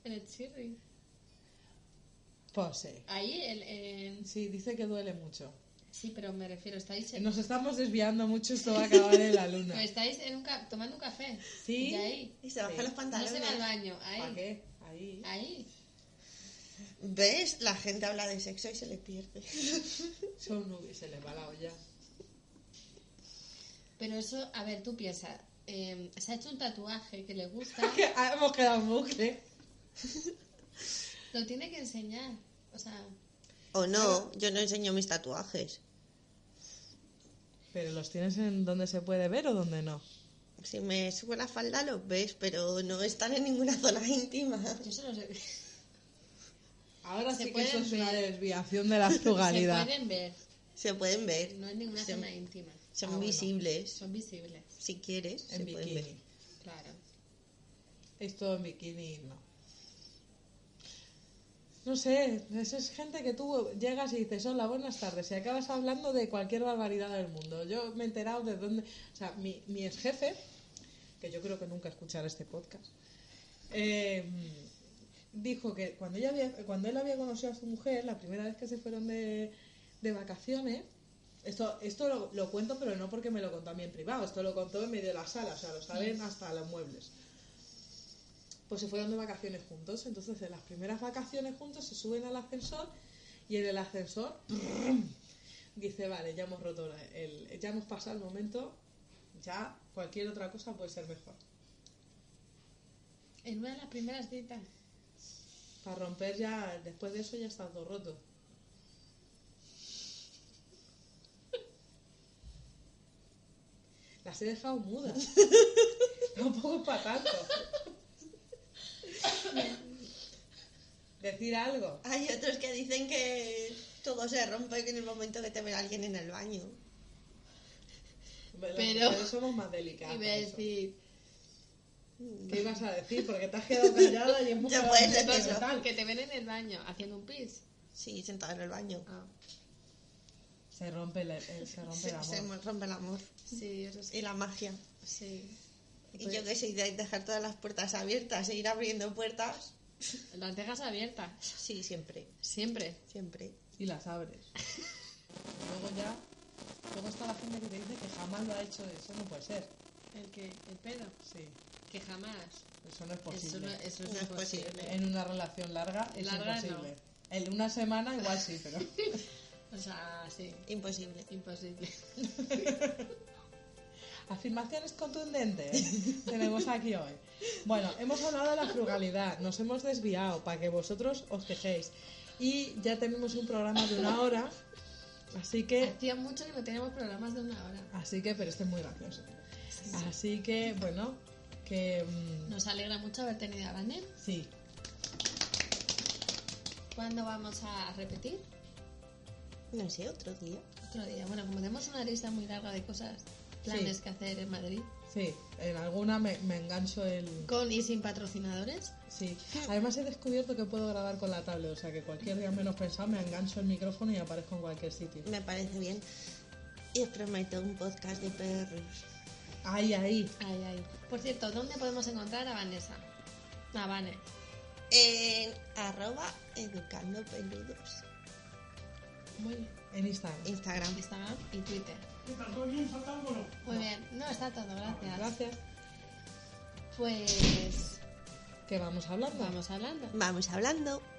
S4: en el chirri.
S3: Pues sí.
S4: Ahí, el, en-
S3: Sí, dice que duele mucho.
S4: sí, pero me refiero, estáis, en-
S3: Nos estamos desviando mucho, esto va a acabar en la luna.
S4: pero estáis en un ca- tomando un café.
S3: Sí.
S4: Y ahí,
S2: Y se bajan
S3: Sí.
S2: los
S4: no
S2: pantalones.
S4: se va al baño, ahí.
S3: ¿Para qué? Ahí.
S4: Ahí.
S2: ¿Ves? La gente habla de sexo y se le pierde.
S3: Son nubes, se les va la olla.
S4: Pero eso, a ver, tú piensas, eh, se ha hecho un tatuaje que le gusta,
S3: Que hemos quedado en bucle.
S4: lo tiene que enseñar. O sea,
S2: O no, yo no enseño mis tatuajes.
S3: Pero los tienes en donde se puede ver o donde no.
S2: Si me subo la falda los ves, pero no están en ninguna zona íntima.
S4: yo se lo sé.
S3: Ahora
S4: Se
S3: sí que eso
S4: pueden
S3: es una
S4: ver.
S3: desviación de la
S4: Se
S3: frugalidad.
S4: pueden ver,
S2: Se pueden ver.
S4: no es ninguna
S2: Se-
S4: zona íntima.
S2: Son
S3: Ah, bueno.
S2: visibles.
S4: Son visibles,
S2: Si quieres, se
S3: En
S2: pueden ver.
S3: bikini.
S4: claro.
S3: Esto en bikini no. No sé, eso es gente que tú llegas y dices, hola, buenas tardes, y acabas hablando de cualquier barbaridad del mundo. Yo me he enterado de dónde... O sea, mi, mi ex jefe, que yo creo que nunca escuchará este podcast, eh, dijo que cuando, ella había- cuando él había conocido a su mujer, la primera vez que se fueron de, de vacaciones, esto, esto lo, lo cuento, pero no porque me lo contó a mí en privado, esto lo contó en medio de la sala, o sea, lo saben hasta los muebles. Pues se fueron de vacaciones juntos, entonces en las primeras vacaciones juntos se suben al ascensor y en el ascensor dice, vale, ya hemos roto, la- el, ya hemos pasado el momento, ya cualquier otra cosa puede ser mejor.
S4: En una de las primeras citas.
S3: Para romper ya, después de eso ya está todo roto. Las he dejado mudas. Tampoco es para tanto. Decir algo.
S2: Hay otros que dicen que todo se rompe en el momento que te ve alguien en el baño.
S3: Las
S4: Pero-
S3: mujeres somos más delicadas.
S4: Iba
S3: para
S4: a
S3: eso.
S4: decir
S3: ¿Qué ibas a decir? Porque te has quedado callada y es muy
S2: Ya puedes
S3: sentimental.
S2: decirlo.
S4: que te ven en el baño haciendo un pis.
S2: Sí, sentada en el baño.
S4: Ah,
S3: Se rompe el, el- se rompe el
S2: Se,
S3: amor.
S2: se me rompe el amor
S4: sí, eso sí.
S2: y la magia.
S4: sí.
S2: Eh,
S4: Pues,
S2: Y yo que soy de dejar todas las puertas abiertas e ir abriendo puertas.
S4: Las dejas abiertas,
S2: Sí, siempre,
S4: siempre.
S2: siempre.
S3: y las abres. Luego ya, luego está la gente que te dice que jamás lo ha hecho, eso no puede ser.
S4: El que el pedo,
S3: Sí,
S4: que jamás.
S3: eso no es
S4: Eso no,
S3: posible.
S4: eso
S2: No
S4: es
S2: es
S4: imposible.
S3: En una relación larga es
S4: Larga,
S3: imposible. En una semana igual sí, pero
S4: O sea, sí,
S2: Imposible.
S4: imposible.
S3: afirmaciones contundentes tenemos aquí hoy. Bueno, hemos hablado de la frugalidad, nos hemos desviado para que vosotros os quejéis y ya tenemos un programa de una hora, así que
S4: Hacía mucho que no teníamos programas de una hora.
S3: Así que, pero este es muy gracioso. Así que, bueno, que... mm,
S4: Nos alegra mucho haber tenido a Vane.
S3: Sí,
S4: ¿Cuándo vamos a repetir?
S2: No sé, otro día.
S4: Otro día. Bueno, como tenemos una lista muy larga de cosas, planes
S3: Sí.
S4: que hacer en Madrid,
S3: sí, en alguna me, me engancho el...
S4: con y sin patrocinadores,
S3: Sí. Además he descubierto que puedo grabar con la tablet, o sea que cualquier día menos pensado me engancho el micrófono y aparezco en cualquier sitio.
S2: Me parece bien. Y os prometo un podcast de perros.
S3: Ahí, ahí.
S4: Ay, ay. Por cierto, ¿dónde podemos encontrar a Vanessa? A Vane.
S2: En arroba educando peludos.
S4: Muy bien.
S3: En Instagram.
S2: Instagram.
S4: Instagram y Twitter. Muy bien. No, está todo, gracias.
S3: Gracias.
S4: Pues
S3: Que vamos hablando.
S4: vamos hablando.
S2: Vamos hablando.